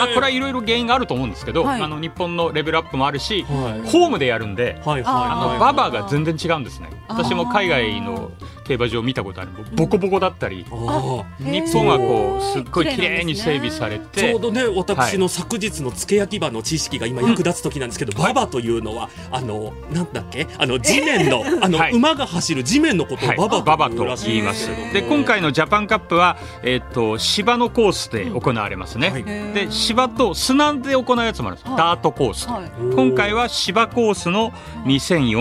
[SPEAKER 4] まあ、これはいろいろ原因があると思うんですけど、
[SPEAKER 3] はい
[SPEAKER 4] あの日本のレベルアップもあるし、
[SPEAKER 2] はい
[SPEAKER 4] ホームでやるんで
[SPEAKER 2] はいはい
[SPEAKER 4] あ
[SPEAKER 2] は
[SPEAKER 4] の
[SPEAKER 2] い
[SPEAKER 4] ババアが全然違うんですね
[SPEAKER 3] あー
[SPEAKER 4] 私も海外の競馬場見たことあるボコボコだったり
[SPEAKER 2] あ
[SPEAKER 3] へー
[SPEAKER 4] 日本はこうすっごい綺麗に
[SPEAKER 3] 綺麗な
[SPEAKER 4] 整
[SPEAKER 3] んですね
[SPEAKER 4] 備されて
[SPEAKER 2] ーちょうどね私の昨日のつけ焼き場の知識が今役立つ時なんですけど、ババというのはあのなんだっけあの地面の、あの、
[SPEAKER 4] はい
[SPEAKER 2] 馬が走る地面のことを
[SPEAKER 4] はい、
[SPEAKER 2] バ
[SPEAKER 4] バ
[SPEAKER 2] バ
[SPEAKER 4] バ
[SPEAKER 2] というら
[SPEAKER 4] と
[SPEAKER 2] し
[SPEAKER 4] 言
[SPEAKER 2] い
[SPEAKER 4] い
[SPEAKER 2] ん
[SPEAKER 4] ま
[SPEAKER 2] です
[SPEAKER 4] す
[SPEAKER 2] けどね
[SPEAKER 4] で今回のジャパンカップは、えっと芝のコースで行われますね、
[SPEAKER 2] はい
[SPEAKER 4] で芝と砂で行うやつもあるんです、
[SPEAKER 3] はい
[SPEAKER 4] ダートコース、
[SPEAKER 3] はい
[SPEAKER 4] 今回は芝コースの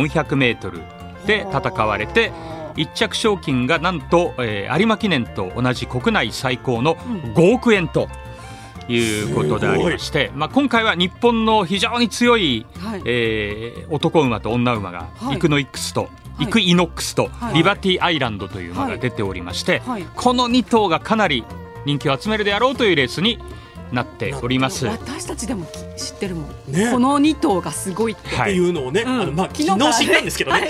[SPEAKER 4] 2400m で戦われて1着賞金がなんと、えー有馬記念と同じ国内最高の5億円ということでありまして、まあ、今回は日本の非常に強い、
[SPEAKER 3] はい
[SPEAKER 4] えー男馬と女馬が、
[SPEAKER 3] はい
[SPEAKER 4] イクノイックスと、
[SPEAKER 3] い
[SPEAKER 4] イクイノックスと、
[SPEAKER 3] はい
[SPEAKER 4] リバティアイランドという馬が出ておりまして、
[SPEAKER 3] はいはい
[SPEAKER 4] この2頭がかなり人気を集めるであろうというレースになっております。
[SPEAKER 3] 私たちでもき知ってるもん。
[SPEAKER 2] ね
[SPEAKER 3] この二頭がすごいって。
[SPEAKER 4] は
[SPEAKER 2] って
[SPEAKER 4] い
[SPEAKER 2] いうのをね、あのまあ昨日知ったんですけどね、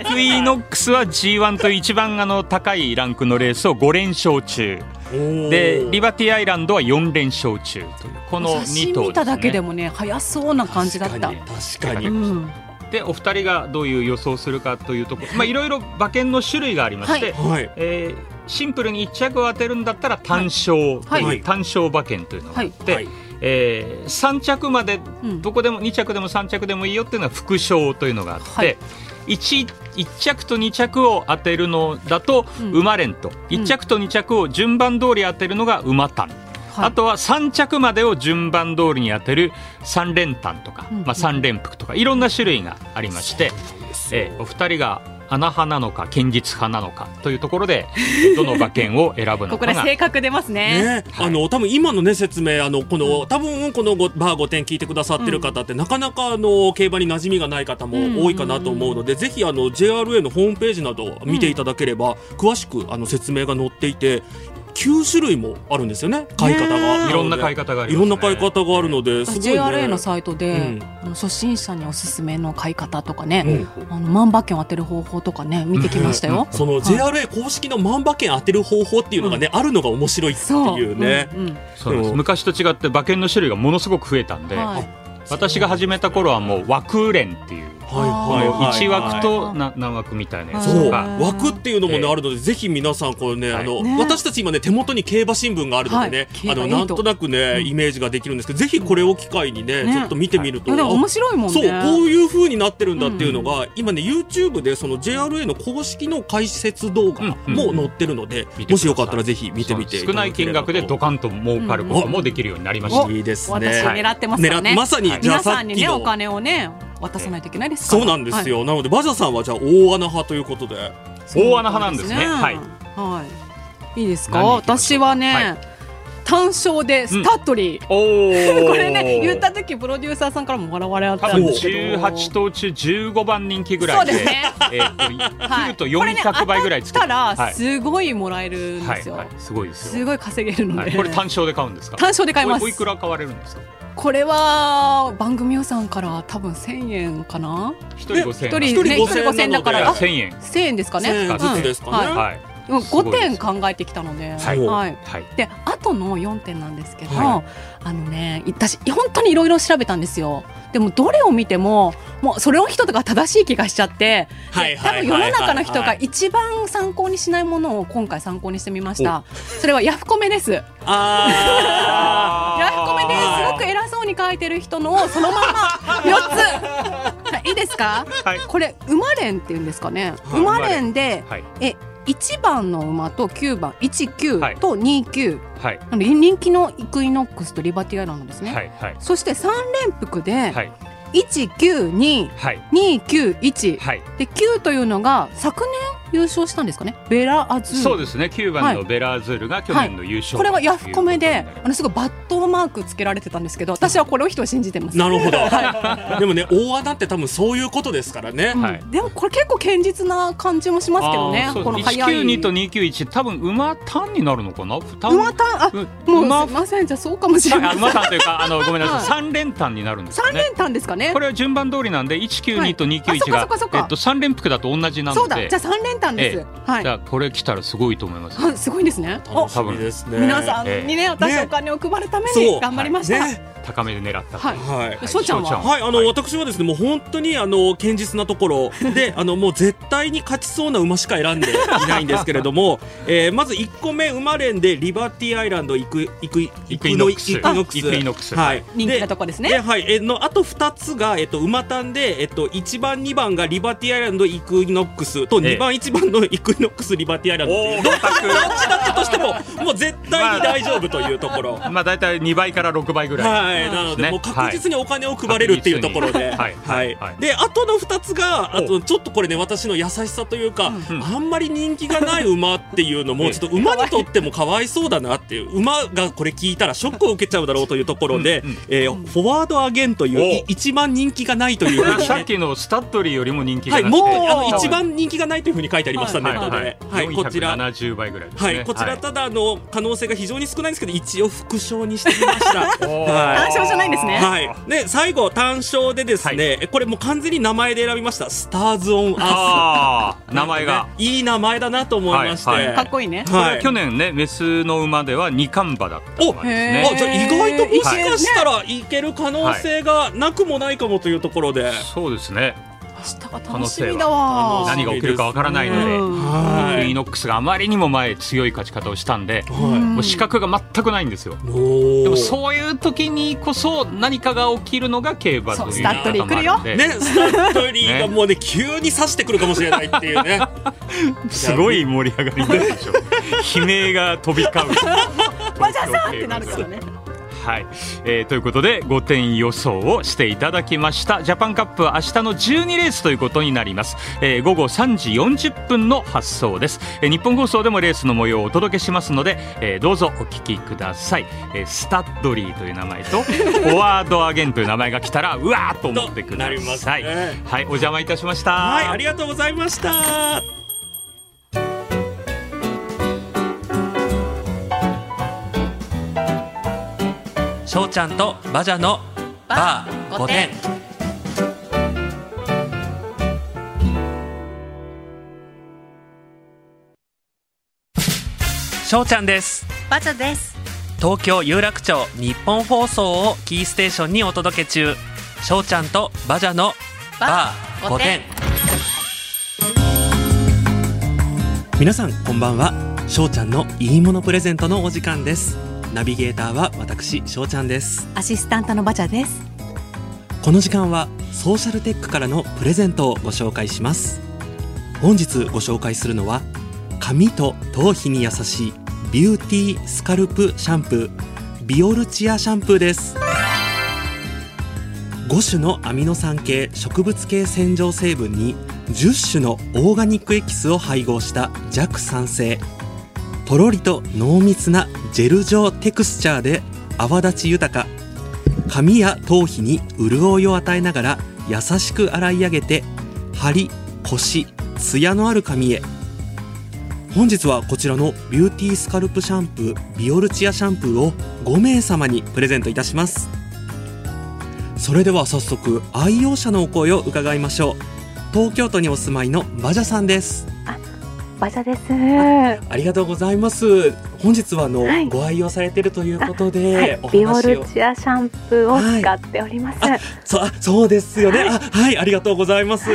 [SPEAKER 4] イクイノックスは G1 という一番あの高いランクのレースを5連勝中
[SPEAKER 2] おー
[SPEAKER 4] でリバティアイランドは4連勝中というこの
[SPEAKER 3] 写
[SPEAKER 4] 2
[SPEAKER 3] 真
[SPEAKER 4] 頭
[SPEAKER 3] 見た
[SPEAKER 4] で
[SPEAKER 3] だ
[SPEAKER 4] す
[SPEAKER 3] けで
[SPEAKER 4] ね。
[SPEAKER 3] もね早そうな感じだった。
[SPEAKER 2] 確かに
[SPEAKER 3] う
[SPEAKER 4] 確
[SPEAKER 2] 確か
[SPEAKER 3] ん、
[SPEAKER 4] でお二人がどういう予想をするかというところ、まあ、いろいろ馬券の種類がありまして、
[SPEAKER 2] にはい
[SPEAKER 4] えーシンプルに1着を当てるんだったら単勝と、
[SPEAKER 3] はいいう
[SPEAKER 2] はい
[SPEAKER 4] 単勝馬券というのがあって、
[SPEAKER 2] はい
[SPEAKER 4] え3着まで
[SPEAKER 3] うん
[SPEAKER 4] どこでも2着でも3着でもいいよっていうのは副賞というのがあって、
[SPEAKER 3] はい
[SPEAKER 4] 1, 1着と2着を当てるのだと
[SPEAKER 3] うん
[SPEAKER 4] 馬連と、1着と2着を順番通り当てるのが馬単。
[SPEAKER 3] はい
[SPEAKER 4] あとは3着までを順番通りに当てる3連単とか、
[SPEAKER 3] うん
[SPEAKER 4] まあ、3連服とかいろんな種類がありまして、えーお二人が穴派なのか堅実派なのかというところでどの馬券を選ぶの
[SPEAKER 3] ここ
[SPEAKER 4] か
[SPEAKER 3] で
[SPEAKER 4] が
[SPEAKER 3] 性格出ますね。
[SPEAKER 2] ね、あの多分今のね説明あのこの多分このごバー5点聞いてくださってる方って、なかなかあの競馬に馴染みがない方も多いかなと思うので、ぜひあの JRA のホームページなどを見ていただければ、詳しくあの説明が載っていて9種類もあるんですよね買い方が
[SPEAKER 4] いろんな買い方があり
[SPEAKER 2] い
[SPEAKER 4] ます、ね、
[SPEAKER 2] ろんな買い方があるのですごい、ね、
[SPEAKER 3] JRA のサイトで
[SPEAKER 2] うん、
[SPEAKER 3] あの初心者におすすめの買い方とかね、
[SPEAKER 2] う
[SPEAKER 3] あの万馬券を当てる方法とかね見てきましたよ。
[SPEAKER 2] その JRA 公式の万馬券当てる方法っていうのがね、あるのが面白いって
[SPEAKER 3] そう。
[SPEAKER 2] いうね。
[SPEAKER 3] うんうん
[SPEAKER 4] そうなんです昔と違って馬券の種類がものすごく増えたんで、
[SPEAKER 3] はい
[SPEAKER 4] 私が始めた頃はもう枠連っていう
[SPEAKER 2] はいはいはいはい
[SPEAKER 4] 1枠とな何枠みたいなや
[SPEAKER 2] そ
[SPEAKER 4] つ
[SPEAKER 2] う
[SPEAKER 4] と
[SPEAKER 3] う
[SPEAKER 4] か
[SPEAKER 3] ん
[SPEAKER 2] 枠っていうのもね、
[SPEAKER 4] ええ
[SPEAKER 2] あるのでぜひ皆さんこれね、
[SPEAKER 4] はい
[SPEAKER 2] あの
[SPEAKER 3] ね
[SPEAKER 2] 私たち今ね手元に競馬新聞があるのでね、
[SPEAKER 3] はい
[SPEAKER 2] あの
[SPEAKER 3] 競馬いい
[SPEAKER 2] な
[SPEAKER 3] と
[SPEAKER 2] んとなくね、イメージができるんですけどぜひこれを機会にね
[SPEAKER 3] ね
[SPEAKER 2] ちょっと見てみる
[SPEAKER 3] い
[SPEAKER 2] と、
[SPEAKER 3] やでも面白いもんね。
[SPEAKER 2] そうこういう風になってるんだっていうのが、今ね YouTube でその JRA の公式の解説動画も載ってるので、
[SPEAKER 4] 見てください
[SPEAKER 2] もしよかったらぜひ見てみて
[SPEAKER 4] そう少ない金額でドカンと儲かることもできるようになりました、
[SPEAKER 2] いいですね
[SPEAKER 3] 私狙ってますから
[SPEAKER 2] 狙っ
[SPEAKER 3] ね。
[SPEAKER 2] ま さに、じゃあ
[SPEAKER 3] 皆
[SPEAKER 2] さ
[SPEAKER 3] さ
[SPEAKER 2] っき
[SPEAKER 3] ん
[SPEAKER 2] の
[SPEAKER 3] にねお金をね渡さないといけないですから。
[SPEAKER 2] そうなんですよ、
[SPEAKER 3] はい。
[SPEAKER 2] なのでバジャさんはじゃあ大穴派ということで
[SPEAKER 4] 大穴派なんですねはい
[SPEAKER 3] はい。いいですか。
[SPEAKER 4] 何行きまし
[SPEAKER 3] 私
[SPEAKER 4] ょう
[SPEAKER 3] はね、
[SPEAKER 4] はい
[SPEAKER 3] 単勝でスタッドリー。
[SPEAKER 4] おー
[SPEAKER 3] これね言った時プロデューサーさんからも笑われあっ
[SPEAKER 4] 多
[SPEAKER 3] た
[SPEAKER 4] 分
[SPEAKER 3] んですけど。
[SPEAKER 4] 18頭中15番人気ぐ
[SPEAKER 3] そ
[SPEAKER 4] ら
[SPEAKER 3] う
[SPEAKER 4] い
[SPEAKER 3] で
[SPEAKER 4] です
[SPEAKER 3] ね。
[SPEAKER 4] えーと 切ると
[SPEAKER 3] これね
[SPEAKER 4] 400倍ぐらいつけ
[SPEAKER 3] 当たった
[SPEAKER 4] は
[SPEAKER 3] ら
[SPEAKER 4] い
[SPEAKER 3] すごいもらえるん
[SPEAKER 4] は
[SPEAKER 3] で
[SPEAKER 4] い
[SPEAKER 3] すよ。
[SPEAKER 4] はいすごいです
[SPEAKER 3] す
[SPEAKER 4] よ
[SPEAKER 3] ごい稼げるので、
[SPEAKER 4] はいこれ単勝で買うんですか
[SPEAKER 3] 単勝で買います
[SPEAKER 4] おおいくら買われるんですか
[SPEAKER 3] これは番組予算から多分1000円かな
[SPEAKER 4] 一人5000円
[SPEAKER 3] 一人
[SPEAKER 2] 一人
[SPEAKER 3] ね一人
[SPEAKER 2] 5000
[SPEAKER 3] 5000円だか
[SPEAKER 4] い
[SPEAKER 3] ら
[SPEAKER 4] や
[SPEAKER 3] あ
[SPEAKER 4] 1000円
[SPEAKER 3] 1000円ですかね
[SPEAKER 2] 1000円ずつですかね
[SPEAKER 3] うん
[SPEAKER 4] はい
[SPEAKER 3] はい、でも
[SPEAKER 4] すごい
[SPEAKER 3] 5点考えてきたので、
[SPEAKER 4] はい
[SPEAKER 3] はい
[SPEAKER 4] はい
[SPEAKER 3] であ個の4点なんですけど、
[SPEAKER 2] は
[SPEAKER 3] あのね私本当にいろいろ調べたんですよでもどれを見てももうそれの人とか正しい気がしちゃって
[SPEAKER 2] はい
[SPEAKER 3] 多
[SPEAKER 2] はい
[SPEAKER 3] 分
[SPEAKER 2] は
[SPEAKER 3] 世
[SPEAKER 2] いは
[SPEAKER 3] の
[SPEAKER 2] い
[SPEAKER 3] 中の人が一番参考にしないものを今回参考にしてみましたそれはヤフコメです
[SPEAKER 2] あ
[SPEAKER 3] ヤフコメで
[SPEAKER 2] あー
[SPEAKER 3] すごく偉そうに書いてる人のをそのまま4つい いですか
[SPEAKER 4] はい
[SPEAKER 3] これ馬連っていうんですかね
[SPEAKER 2] はい
[SPEAKER 3] 馬連で
[SPEAKER 4] はい
[SPEAKER 3] え1番の馬と9番
[SPEAKER 4] はい
[SPEAKER 3] 19と29
[SPEAKER 4] はい
[SPEAKER 3] なんで人気のイクイノックスとリバティアイランドですね、
[SPEAKER 4] はいはい
[SPEAKER 3] そして3連複で
[SPEAKER 4] はい
[SPEAKER 3] 192291、
[SPEAKER 4] はい
[SPEAKER 3] 291
[SPEAKER 4] はい
[SPEAKER 3] で9というのが昨年優勝したんですかねベラアズール
[SPEAKER 4] そうですね9番のベラアズールが去年の優勝、
[SPEAKER 3] これはヤフコメで
[SPEAKER 4] ということになります
[SPEAKER 3] あのすごいバットマークつけられてたんですけど私はこれを人を信じてま す、
[SPEAKER 2] なるほど、でもね大穴って多分そういうことですからね、
[SPEAKER 3] うん
[SPEAKER 4] はい
[SPEAKER 3] でもこれ結構堅実な感じもしますけどね
[SPEAKER 4] あーそう
[SPEAKER 3] この早い
[SPEAKER 4] 192と291多分馬単になるのかな単
[SPEAKER 3] 馬単あ
[SPEAKER 4] う
[SPEAKER 3] もう
[SPEAKER 4] 馬
[SPEAKER 3] すいませんじゃあそうかもしれ
[SPEAKER 4] 単
[SPEAKER 3] な
[SPEAKER 4] あ
[SPEAKER 3] い
[SPEAKER 4] 馬単というかあのごめんなさ
[SPEAKER 3] はいい
[SPEAKER 4] 三連単になるんですよ
[SPEAKER 3] 3
[SPEAKER 4] ね
[SPEAKER 3] 連単ですかね
[SPEAKER 4] これは順番通りなんで
[SPEAKER 3] は
[SPEAKER 4] 192
[SPEAKER 3] い
[SPEAKER 4] と291
[SPEAKER 3] あ
[SPEAKER 4] が、
[SPEAKER 3] そっかそっかそっか
[SPEAKER 4] えっと、三連複だと同じなので
[SPEAKER 3] そうだじゃあ3連単です、
[SPEAKER 4] え
[SPEAKER 3] はい
[SPEAKER 4] じゃあこれ来たらすごいと思います
[SPEAKER 3] あすごいですねお
[SPEAKER 2] 楽しみですね
[SPEAKER 3] 皆さん
[SPEAKER 4] ええ
[SPEAKER 3] にね私
[SPEAKER 2] ね
[SPEAKER 3] お金を配るため
[SPEAKER 2] そう
[SPEAKER 3] に頑張りました、
[SPEAKER 2] ね
[SPEAKER 4] 高めで狙った
[SPEAKER 3] はい
[SPEAKER 2] はい
[SPEAKER 3] 翔ちゃんは
[SPEAKER 2] はい、あの、
[SPEAKER 4] はい
[SPEAKER 2] 私はですね、もう本当に、あの、堅実なところで、あの、もう絶対に勝ちそうな馬しか選んでいないんですけれど も、えー、まず1個目、馬連で、リバティアイランド、イク、イク、イ
[SPEAKER 4] イクイノックス
[SPEAKER 2] イクノックス。
[SPEAKER 4] イクイノックス
[SPEAKER 2] はい。
[SPEAKER 3] 人気な
[SPEAKER 2] で
[SPEAKER 3] とこです
[SPEAKER 2] で
[SPEAKER 3] ね
[SPEAKER 2] はい、えのあと2つが、えっと、馬単で、えっと、1番、2番がリバティアイランド、イクイノックスと、
[SPEAKER 4] ええ
[SPEAKER 2] 2番、1番のイクイノックス、リバティアイランドっていう、どっちだったとしても、もう絶対に大丈夫というところ。
[SPEAKER 4] まあ大体2倍から6倍ぐらい
[SPEAKER 2] はい、なので、
[SPEAKER 4] ね
[SPEAKER 2] もう確実にお金を配れるっていうところで、
[SPEAKER 4] はいはいはい
[SPEAKER 2] で、あとの2つが、あ
[SPEAKER 4] お
[SPEAKER 2] とちょっとこれね、私の優しさというか、
[SPEAKER 4] ん
[SPEAKER 2] あんまり人気がない馬っていうの
[SPEAKER 4] え
[SPEAKER 2] も、
[SPEAKER 4] え
[SPEAKER 2] ちょっと馬にとってもかわいそうだなっていう、馬がこれ聞いたらショックを受けちゃうだろうというところで
[SPEAKER 4] うんうん、
[SPEAKER 2] えーフォワードアゲンという、い一番人気がないというふうにね
[SPEAKER 4] さっきのスタッドリーよりも人気
[SPEAKER 2] は
[SPEAKER 4] が
[SPEAKER 2] い、
[SPEAKER 4] なく
[SPEAKER 2] も
[SPEAKER 4] て
[SPEAKER 2] う
[SPEAKER 4] はい
[SPEAKER 2] あの一番人気がないというふうに書いてありました、ネ
[SPEAKER 4] はい
[SPEAKER 2] ットで。
[SPEAKER 4] は
[SPEAKER 2] はいい、こちら。
[SPEAKER 4] 470倍ぐらいです
[SPEAKER 2] は
[SPEAKER 4] ね
[SPEAKER 2] い、こちら
[SPEAKER 4] はい
[SPEAKER 2] ただあの可能性が非常に少ないんですけど一応副賞にしてみま した。はい
[SPEAKER 3] 単勝じゃないんですね
[SPEAKER 2] はい、で最後単勝でですね、えこれもう完全に名前で選びましたスターズオンアー
[SPEAKER 4] ああ
[SPEAKER 2] ス
[SPEAKER 4] 名前が、
[SPEAKER 2] ねいい名前だなと思いまして、
[SPEAKER 4] はいはい
[SPEAKER 3] かっこいいね
[SPEAKER 4] これは
[SPEAKER 2] はい
[SPEAKER 4] 去年ねメスの馬では二冠馬だった
[SPEAKER 3] お
[SPEAKER 4] 馬です
[SPEAKER 2] あ
[SPEAKER 4] ね
[SPEAKER 2] じゃあ意外ともし
[SPEAKER 3] はい
[SPEAKER 2] かしたらいける可能性がなくもないかもというところで、
[SPEAKER 4] そうですね
[SPEAKER 3] 明日が楽しみだ
[SPEAKER 2] 可能
[SPEAKER 3] わ
[SPEAKER 2] 性は
[SPEAKER 4] 何が起きるかわからないので、
[SPEAKER 3] うん
[SPEAKER 4] イク
[SPEAKER 2] は
[SPEAKER 4] イ
[SPEAKER 2] い、
[SPEAKER 4] ノックスがあまりにも前強い勝ち方をしたんで、
[SPEAKER 2] は
[SPEAKER 4] もう資格が全くないんですよ
[SPEAKER 2] い、お
[SPEAKER 4] でも
[SPEAKER 2] ー
[SPEAKER 4] そういう時にこそ何かが起きるのが競馬と
[SPEAKER 3] そう
[SPEAKER 4] い
[SPEAKER 3] ス
[SPEAKER 4] う
[SPEAKER 3] タッドリー来るよ
[SPEAKER 4] 方もあるんで
[SPEAKER 2] ね、スタッドリーが
[SPEAKER 4] ね
[SPEAKER 2] もうね急に刺してくるかもしれないっていうね
[SPEAKER 4] すごい盛り上がりになるでしょう 悲鳴が飛び交う
[SPEAKER 3] わじゃさんってなるからね
[SPEAKER 4] はい、えーということで5点予想をしていただきましたジャパンカップは明日の12レースということになります、えー午後3時40分の発送です、えー日本放送でもレースの模様をお届けしますので、えーどうぞお聞きください、えースタッドリーという名前 とフォワードアゲンという名前が来たらうわーっと思ってくだ
[SPEAKER 2] となります
[SPEAKER 4] さい、
[SPEAKER 2] ね
[SPEAKER 4] はいお邪魔いたしました
[SPEAKER 2] はいありがとうございました翔ちゃんとバジャの
[SPEAKER 3] バー御殿
[SPEAKER 2] 翔ちゃんです
[SPEAKER 3] バチャです
[SPEAKER 2] 東京有楽町日本放送をキーステーションにお届け中翔ちゃんとバジャのバー5点皆さんこんばんは翔ちゃんのいいものプレゼントのお時間ですナビゲーターは私翔ちゃんです
[SPEAKER 3] アシスタントのバチャです
[SPEAKER 2] この時間はソーシャルテックからのプレゼントをご紹介します本日ご紹介するのは髪と頭皮に優しいビューティースカルプシャンプービオルチアシャンプーです5種のアミノ酸系植物系洗浄成分に10種のオーガニックエキスを配合した弱酸性とろりと濃密なジェル状テクスチャーで泡立ち豊か髪や頭皮に潤いを与えながら優しく洗い上げて張りコシツヤのある髪へ本日はこちらのビューティースカルプシャンプービオルチアシャンプーを5名様にプレゼントいたしますそれでは早速愛用者のお声を伺いましょう東京都にお住まいのバジャさんです
[SPEAKER 5] バジャです。
[SPEAKER 2] ありがとうございます本日はあの、
[SPEAKER 5] はい
[SPEAKER 2] ご愛用されてるということで、
[SPEAKER 5] はい
[SPEAKER 2] お、
[SPEAKER 5] ビオ
[SPEAKER 2] 話
[SPEAKER 5] ル
[SPEAKER 2] を
[SPEAKER 5] チアシャンプーを使っております。
[SPEAKER 2] はいそあそうですよね、あはいありがとうございます、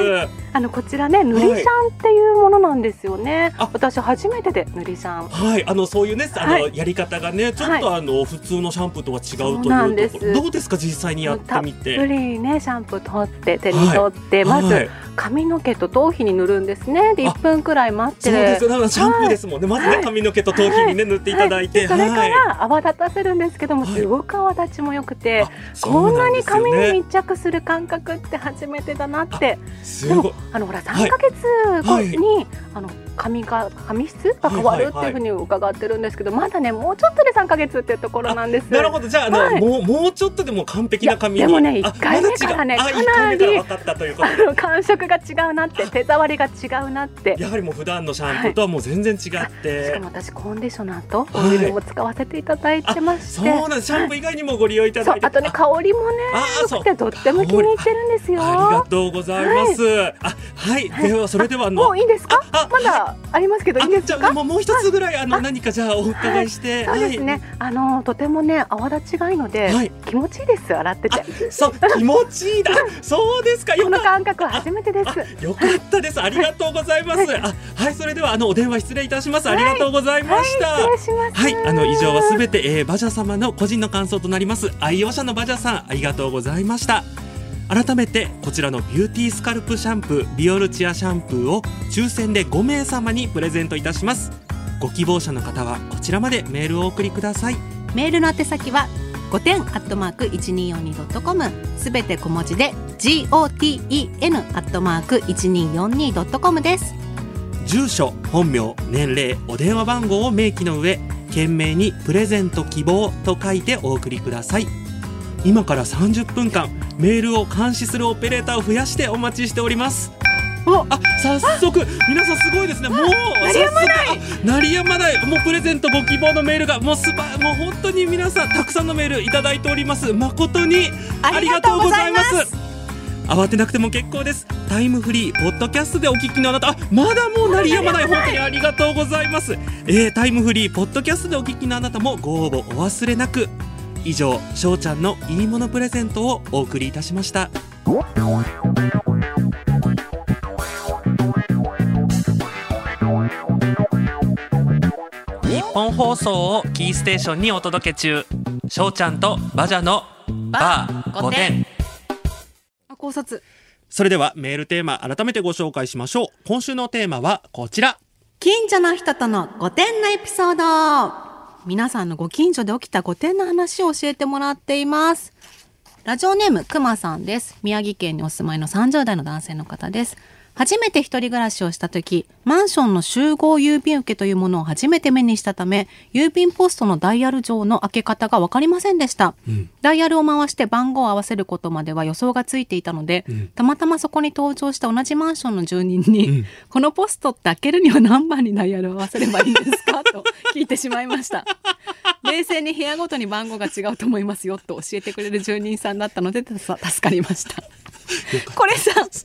[SPEAKER 5] あのこちらね、塗りシャンっていうものなんですよね。
[SPEAKER 2] あ
[SPEAKER 5] 私初めてで塗りシャン。
[SPEAKER 2] はい、あのそういうね、あの、
[SPEAKER 5] はい
[SPEAKER 2] やり方がね、ちょっとあの、普通のシャンプーとは違うと
[SPEAKER 5] そうなん
[SPEAKER 2] いう
[SPEAKER 5] で
[SPEAKER 2] と
[SPEAKER 5] す
[SPEAKER 2] ころ。どうですか、実際にやってみて。
[SPEAKER 5] たっぷりねシャンプー取って手に取って、ま
[SPEAKER 2] は
[SPEAKER 5] ず
[SPEAKER 2] い、
[SPEAKER 5] 髪の毛と頭皮に塗るんですね。で
[SPEAKER 2] あ
[SPEAKER 5] 1分くらい待っ
[SPEAKER 2] そう
[SPEAKER 5] て。
[SPEAKER 2] ですよ、だからシャンプーですもんね、まずね、
[SPEAKER 5] はい
[SPEAKER 2] 髪の毛と頭皮にね、塗っていただいて。
[SPEAKER 5] でそれか
[SPEAKER 2] はい
[SPEAKER 5] ら泡立たせるんですけども、
[SPEAKER 2] はい
[SPEAKER 5] すごく泡立ちも良くて、
[SPEAKER 2] あ
[SPEAKER 5] こんなに
[SPEAKER 2] そう
[SPEAKER 5] 髪
[SPEAKER 2] ですよ
[SPEAKER 5] に
[SPEAKER 2] ね
[SPEAKER 5] 密着する感覚って初めてだなって
[SPEAKER 2] す
[SPEAKER 5] で
[SPEAKER 2] ごい
[SPEAKER 5] も。あのほら
[SPEAKER 2] はい
[SPEAKER 5] 3ヶ月後に、
[SPEAKER 2] は
[SPEAKER 5] あの髪が髪質が変わるって
[SPEAKER 2] はいいはい
[SPEAKER 5] うふ
[SPEAKER 2] は
[SPEAKER 5] うに伺ってるんですけど、まだねもうちょっとで3ヶ月っていうところなんです。
[SPEAKER 2] なるほど、じゃあ、あの、
[SPEAKER 5] はい
[SPEAKER 2] もう、もうちょっとでも完璧な髪に。
[SPEAKER 5] いやでもね
[SPEAKER 2] あ
[SPEAKER 5] 一回目からね
[SPEAKER 2] まだ違うあ
[SPEAKER 5] かな
[SPEAKER 2] 一回目
[SPEAKER 5] り
[SPEAKER 2] から分かったということ
[SPEAKER 5] あ
[SPEAKER 2] で。
[SPEAKER 5] の感触が違うなって手触りが違うなって
[SPEAKER 2] やはりもう普段のシャンプーとはもう全然違って。
[SPEAKER 5] しかも私コンディショナーとオイルも使わせていただいてまし
[SPEAKER 2] そう
[SPEAKER 5] て、
[SPEAKER 2] なんです、シャンプー以外にもご利用いた
[SPEAKER 5] そ
[SPEAKER 2] だ
[SPEAKER 5] う
[SPEAKER 2] いて。
[SPEAKER 5] あとね香りもね
[SPEAKER 2] ああ
[SPEAKER 5] 良
[SPEAKER 2] そう
[SPEAKER 5] くてとっても気に入ってるんですよ
[SPEAKER 2] ありがとうございます。あ、はい、
[SPEAKER 5] はい
[SPEAKER 2] では、それでは、あの
[SPEAKER 5] もういいですか
[SPEAKER 2] あ
[SPEAKER 5] まだありますけどいい
[SPEAKER 2] あ
[SPEAKER 5] んで
[SPEAKER 2] じ
[SPEAKER 5] す
[SPEAKER 2] ゃあ
[SPEAKER 5] か
[SPEAKER 2] もうもう一つぐらいあの何かじゃあお伺いして、
[SPEAKER 5] そうですね、あのとてもね泡立ちがいいので、
[SPEAKER 2] はい
[SPEAKER 5] 気持ちいいです洗ってて
[SPEAKER 2] はい、そう気持ちいいだそうですか
[SPEAKER 5] こ
[SPEAKER 2] よ
[SPEAKER 5] の
[SPEAKER 2] か
[SPEAKER 5] 感覚は初めてです
[SPEAKER 2] あよかったですありがとうございます、あはいそれではあのお電話失礼いたしますありがとうございました、
[SPEAKER 5] はい失礼します
[SPEAKER 2] はい、あの以上はすべて、えー、バジャ様の個人の感想となります愛用者のバジャさんありがとうございました改めてこちらのビューティースカルプシャンプービオルチアシャンプーを抽選で5名様にプレゼントいたしますご希望者の方はこちらまでメールをお送りください
[SPEAKER 3] メールの宛先は5点アットマーク 1242.com すべて小文字で GOTEN アットマーク 1242.com です
[SPEAKER 2] 住所本名年齢お電話番号を明記の上件名に「プレゼント希望」と書いてお送りください今から30分間メールを監視するオペレーターを増やしてお待ちしております
[SPEAKER 5] お
[SPEAKER 2] あ早速皆さんすごいですねもう鳴りやまない鳴りやまないもうプレゼントご希望のメールがもうすばもう本当に皆さんたくさんのメールいただいております誠にありがとうございます慌てなくても結構ですタイムフリーポッドキャストでお聞きのあなたあまだもう鳴りやまない本当にありがとうございます、えー、タイムフリーポッドキャストでお聞きのあなたもご応募お忘れなく以上しょうちゃんのいいものプレゼントをお送りいたしました日本放送をキーステーションにお届け中しょうちゃんとバジャのバー
[SPEAKER 3] 御殿
[SPEAKER 6] あ考察
[SPEAKER 2] それではメールテーマ改めてご紹介しましょう今週のテーマはこちら
[SPEAKER 3] 近所の人との5点のエピソード皆さんのご近所で起きた5点の話を教えてもらっていますラジオネームくまさんです宮城県にお住まいの30代の男性の方です初めて一人暮らしをした時マンションの集合郵便受けというものを初めて目にしたため郵便ポストのダイヤル上の開け方が分かりませんでした、ダイヤルを回して番号を合わせることまでは予想がついていたので、たまたまそこに登場した同じマンションの住人に、このポストって開けるには何番にダイヤルを合わせればいいんですかと聞いてしまいました冷静に部屋ごとに番号が違うと思いますよと教えてくれる住人さんだったのでた助かりましたこれさ人の聞い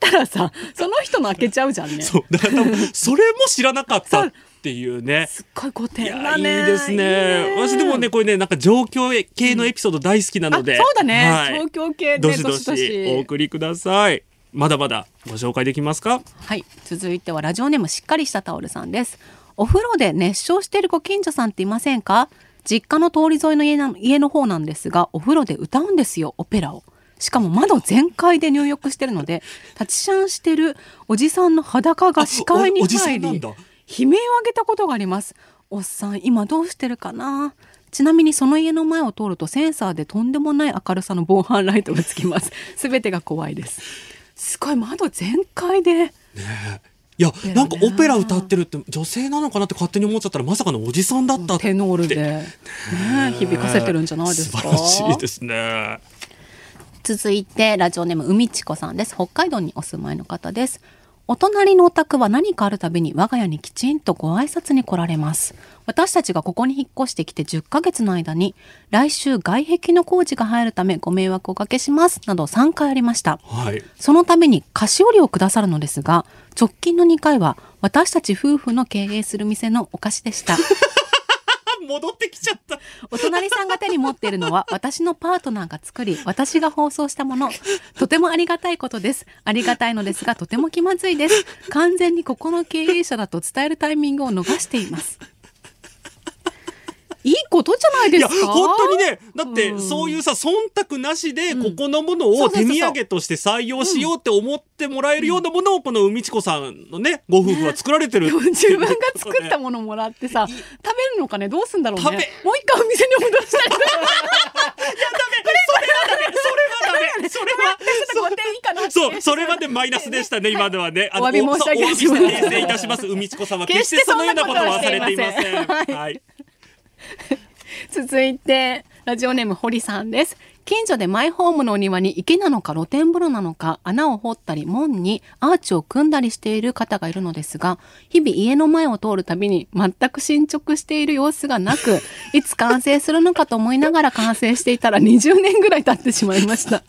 [SPEAKER 3] たらさその人の開けちゃうじゃんねす
[SPEAKER 2] そうだから多分それも知らなかったっていうね
[SPEAKER 3] っごい古
[SPEAKER 2] い
[SPEAKER 3] 典
[SPEAKER 2] や
[SPEAKER 3] だ
[SPEAKER 2] いい
[SPEAKER 3] ね
[SPEAKER 2] ですね
[SPEAKER 3] いい
[SPEAKER 2] 私でもねこれねなんか状況系のエピソード大好きなので、
[SPEAKER 3] あそうだね、
[SPEAKER 2] はい
[SPEAKER 3] 東京系ね
[SPEAKER 2] どしどし
[SPEAKER 3] どしどし
[SPEAKER 2] お送りくださいまだまだご紹介できますか
[SPEAKER 3] はい続いてはラジオネームしっかりしたタオルさんですお風呂で熱唱しているご近所さんっていませんか実家の通り沿いの家な家の方なんですがお風呂で歌うんですよオペラをしかも窓全開で入浴してるので立ちシャンしてるおじさんの裸が視界
[SPEAKER 2] あお
[SPEAKER 3] に
[SPEAKER 2] おじさ
[SPEAKER 3] 入
[SPEAKER 2] ん
[SPEAKER 3] り
[SPEAKER 2] なん
[SPEAKER 3] 悲
[SPEAKER 2] だ
[SPEAKER 3] 鳴を上げたことがありますおっさん今どうしてるかなちなみにその家の前を通るとセンサーでとんでもない明るさの防犯ライトがつきます全てが怖いですすごい窓全開で
[SPEAKER 2] いや
[SPEAKER 3] ペラね
[SPEAKER 2] なんかオペラ歌ってるって女性なのかなって勝手に思っちゃったらまさかのおじさんだったって
[SPEAKER 3] テノールで、ねえ、響かせてるんじゃないですか
[SPEAKER 2] 素晴らしいですね
[SPEAKER 3] 続いてラジオネーム海ちこさんです北海道にお住まいの方ですお隣のお宅は何かあるたびに我が家にきちんとご挨拶に来られます私たちがここに引っ越してきて10ヶ月の間に来週外壁の工事が入るためご迷惑をおかけしますなど3回ありました
[SPEAKER 2] はい
[SPEAKER 3] そのために菓子折りをくださるのですが直近の2回は私たち夫婦の経営する店のお菓子でした
[SPEAKER 2] 戻ってきちゃった。
[SPEAKER 3] お隣さんが手に持っているのは私のパートナーが作り私が放送したものとてもありがたいことですありがたいのですがとても気まずいです完全にここの経営者だと伝えるタイミングを逃していますいいことじゃないで
[SPEAKER 2] い
[SPEAKER 3] す
[SPEAKER 2] や、
[SPEAKER 3] か
[SPEAKER 2] 本当にね、だって、
[SPEAKER 3] うん
[SPEAKER 2] そういうさ、忖度なしで、
[SPEAKER 3] う
[SPEAKER 2] こ
[SPEAKER 3] ん
[SPEAKER 2] このもの
[SPEAKER 3] そ
[SPEAKER 2] を
[SPEAKER 3] うそうそ
[SPEAKER 2] 手
[SPEAKER 3] うそう
[SPEAKER 2] 土産として採用しようって思ってもらえるようなものを、この海千子さんのね、ご夫婦は作られてる。
[SPEAKER 3] で も自分が作った
[SPEAKER 2] も
[SPEAKER 3] ものもらってさ食べるのかねどうすんだろうね
[SPEAKER 2] 食べ
[SPEAKER 3] もう一回お店に戻 したり
[SPEAKER 2] それはダメそれはダメ
[SPEAKER 3] ちょっと5点以下の発
[SPEAKER 2] そ
[SPEAKER 3] 言
[SPEAKER 2] う、それまでマイナスでした ね、今ではね。あの
[SPEAKER 3] お詫び申し上げます
[SPEAKER 2] お詫びして訂正いたします。海千子さんは決してそのようなことはされていません。
[SPEAKER 3] 決してそんなこと はしていません
[SPEAKER 2] はい。
[SPEAKER 3] 続いてラジオネーム堀さんです近所でマイホームのお庭に池なのか露天風呂なのか穴を掘ったり門にアーチを組んだりしている方がいるのですが日々家の前を通るたびに全く進捗している様子がなくいつ完成するのかと思いながら完成していたら20年ぐらい経ってしまいま した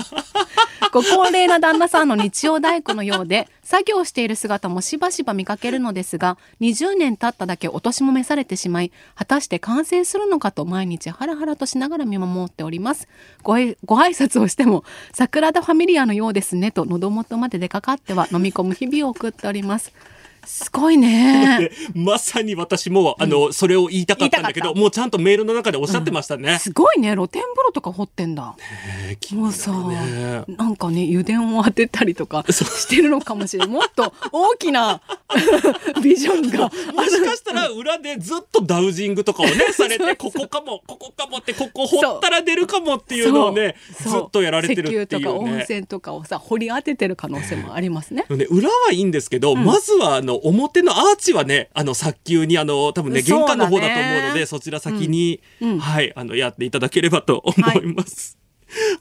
[SPEAKER 3] ご高齢な旦那さんの日曜大工のようで作業している姿もしばしば見かけるのですが20年経っただけお年も召されてしまい果たして完成するのかと毎日ハラハラとしながら見守っておりますごえご挨拶をしても「桜田ファミリアのようですね」と喉元まで出かかっては飲み込む日々を送っておりますすごいね
[SPEAKER 2] でまさに私も、あの、それを言いたかったんだけ
[SPEAKER 3] 言いたか
[SPEAKER 2] ど、
[SPEAKER 3] った
[SPEAKER 2] もうちゃんとメールの中でおっしゃってましたね。
[SPEAKER 3] すごいね露天風呂とか掘ってんだ
[SPEAKER 2] えー気にな
[SPEAKER 3] もう
[SPEAKER 2] る
[SPEAKER 3] さ、
[SPEAKER 2] ね
[SPEAKER 3] なんかね油田を当てたりとかしてるのかもしれないもっと大きな ビジョンが
[SPEAKER 2] もしかしたら裏でずっとダウジングとかをね、され て、ここかも、ここかもって、ここ掘ったら出るかもっていうのをね、
[SPEAKER 3] そう
[SPEAKER 2] ずっとやられてるってい
[SPEAKER 3] 石油と
[SPEAKER 2] う
[SPEAKER 3] か温
[SPEAKER 2] ね。
[SPEAKER 3] 泉とかをさ掘り当ててる可能性もありますね。
[SPEAKER 2] ね、裏はいいんですけど、まずはあの表のアーチはねあの早急にあの多分ね
[SPEAKER 3] そう
[SPEAKER 2] 玄
[SPEAKER 3] だ
[SPEAKER 2] 関
[SPEAKER 3] ね
[SPEAKER 2] の方だと思うのでそちら先に、
[SPEAKER 3] うんうん
[SPEAKER 2] はいあのやっていただければと思います。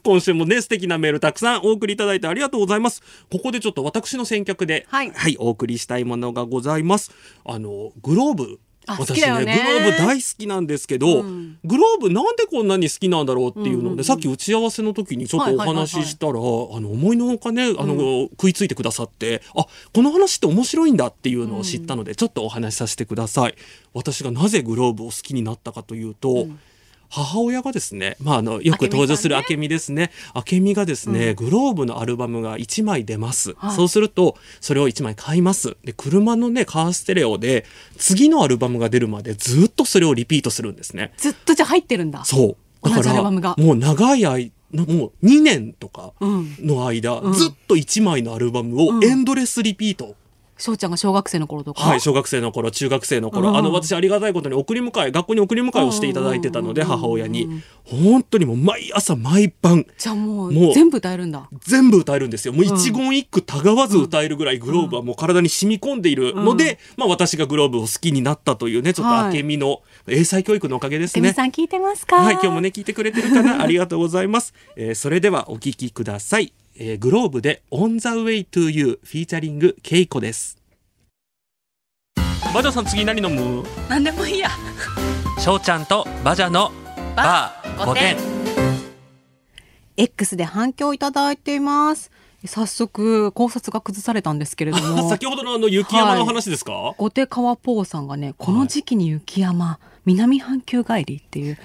[SPEAKER 2] 今週もね素敵なメールたくさんお送りいただいてありがとうございますここでちょっと私の選曲で
[SPEAKER 3] はい
[SPEAKER 2] お送りしたいものがございますあのグローブ
[SPEAKER 3] あ好き
[SPEAKER 2] 私
[SPEAKER 3] だよ
[SPEAKER 2] ね
[SPEAKER 3] ね
[SPEAKER 2] グローブ大好きなんですけど、
[SPEAKER 3] うん
[SPEAKER 2] グローブなんでこんなに好きなんだろうっていうので、
[SPEAKER 3] うんうんうん
[SPEAKER 2] さっき打ち合わせの時にちょっ
[SPEAKER 3] は
[SPEAKER 2] と
[SPEAKER 3] い
[SPEAKER 2] お
[SPEAKER 3] はいはいはい
[SPEAKER 2] 話ししたら、あの思いのほかねあの、食いついてくださってあこの話って面白いんだっていうのを知ったので、ちょっとお話しさせてください私がなぜグローブを好きになったかというと、母親がですね、まあ、あのよく登場する明美ですね明美がですね、グローブのアルバムが1枚出ます、
[SPEAKER 3] はい
[SPEAKER 2] そうするとそれを1枚買いますで車のねカーステレオで次のアルバムが出るまでずっとそれをリピートするんですね
[SPEAKER 3] ずっとじゃあ入ってるんだ。
[SPEAKER 2] そう。だ
[SPEAKER 3] 同
[SPEAKER 2] か
[SPEAKER 3] じア
[SPEAKER 2] ら、
[SPEAKER 3] ルバムが
[SPEAKER 2] もう長い間、もう2年とか
[SPEAKER 3] うん。
[SPEAKER 2] の間、ずっと1枚のアルバムをエンドレスリピート。
[SPEAKER 3] 翔ちゃんが小学生の頃とか。
[SPEAKER 2] はい、小学生の頃、中学生の頃、
[SPEAKER 3] うん
[SPEAKER 2] あの、私ありがたいことに送り迎え、学校に送り迎えをしていただいてたので、
[SPEAKER 3] うん
[SPEAKER 2] 母親に。本当にもう毎朝毎晩、
[SPEAKER 3] じゃあもう
[SPEAKER 2] もう
[SPEAKER 3] 全部歌えるんだ。
[SPEAKER 2] 全部歌えるんですよ。もう一言一句たがわず歌えるぐらいグローブはもう体に染み込んでいるので、まあ私がグローブを好きになったというね、ちょっ
[SPEAKER 3] は
[SPEAKER 2] と
[SPEAKER 3] い
[SPEAKER 2] 明美の英才教育のおかげです
[SPEAKER 3] て
[SPEAKER 2] ね
[SPEAKER 3] み。さん聞いてますか。
[SPEAKER 2] はい、今日もね、聞いてくれてるか な。ありがとうございます。えーそれではお聞きください。えーグローブで On the Way to You フィーチャリングケイコです。バジャさん次何飲む
[SPEAKER 3] なんでもいいや。
[SPEAKER 2] 翔ちゃんとバジャのバー5点。
[SPEAKER 3] X で反響いただいています。早速考察が崩されたんですけれど
[SPEAKER 2] あ
[SPEAKER 3] も。
[SPEAKER 2] 先ほどのあの雪山の話ですか、
[SPEAKER 3] 後手川ポーさんがねこの時期に雪山、南半球帰りっていう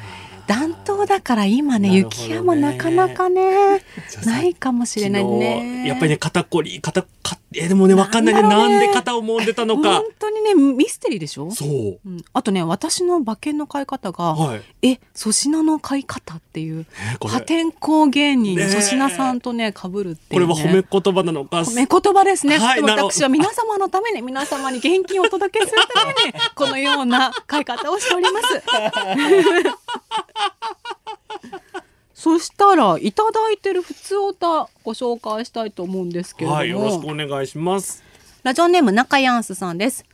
[SPEAKER 3] 暖冬だから今ね
[SPEAKER 2] なるほどね
[SPEAKER 3] 雪山なかなかね
[SPEAKER 2] じゃあ
[SPEAKER 3] ないかもしれない
[SPEAKER 2] 昨
[SPEAKER 3] ね
[SPEAKER 2] 日やっぱりね、肩こり、肩、かえーでもね、わかんないね。
[SPEAKER 3] なんだ
[SPEAKER 2] な
[SPEAKER 3] ろうね
[SPEAKER 2] んで肩を揉んでたのか
[SPEAKER 3] 本。当にねミステリーでしょ、
[SPEAKER 2] そう。
[SPEAKER 3] うん、あとね私の馬券の買い方が、
[SPEAKER 2] はい。
[SPEAKER 3] え粗品の買い方っていう
[SPEAKER 2] えーこ
[SPEAKER 3] 破
[SPEAKER 2] れ、
[SPEAKER 3] 天荒芸人
[SPEAKER 2] ねえ
[SPEAKER 3] 粗品さんとねかぶるって
[SPEAKER 2] こ
[SPEAKER 3] いう、
[SPEAKER 2] れ
[SPEAKER 3] ね、
[SPEAKER 2] は褒め言葉なのか、
[SPEAKER 3] 褒め言葉ですね、
[SPEAKER 2] はい
[SPEAKER 3] でも
[SPEAKER 2] なるほど
[SPEAKER 3] 私は皆様のために皆様に現金をお届けするため にこのような買い方をしておりますそしたらいただいてる普通歌ご紹介したいと思うんですけれども、
[SPEAKER 2] はい、よろしくお願いします。
[SPEAKER 3] ラジオネーム中ヤンスさんです。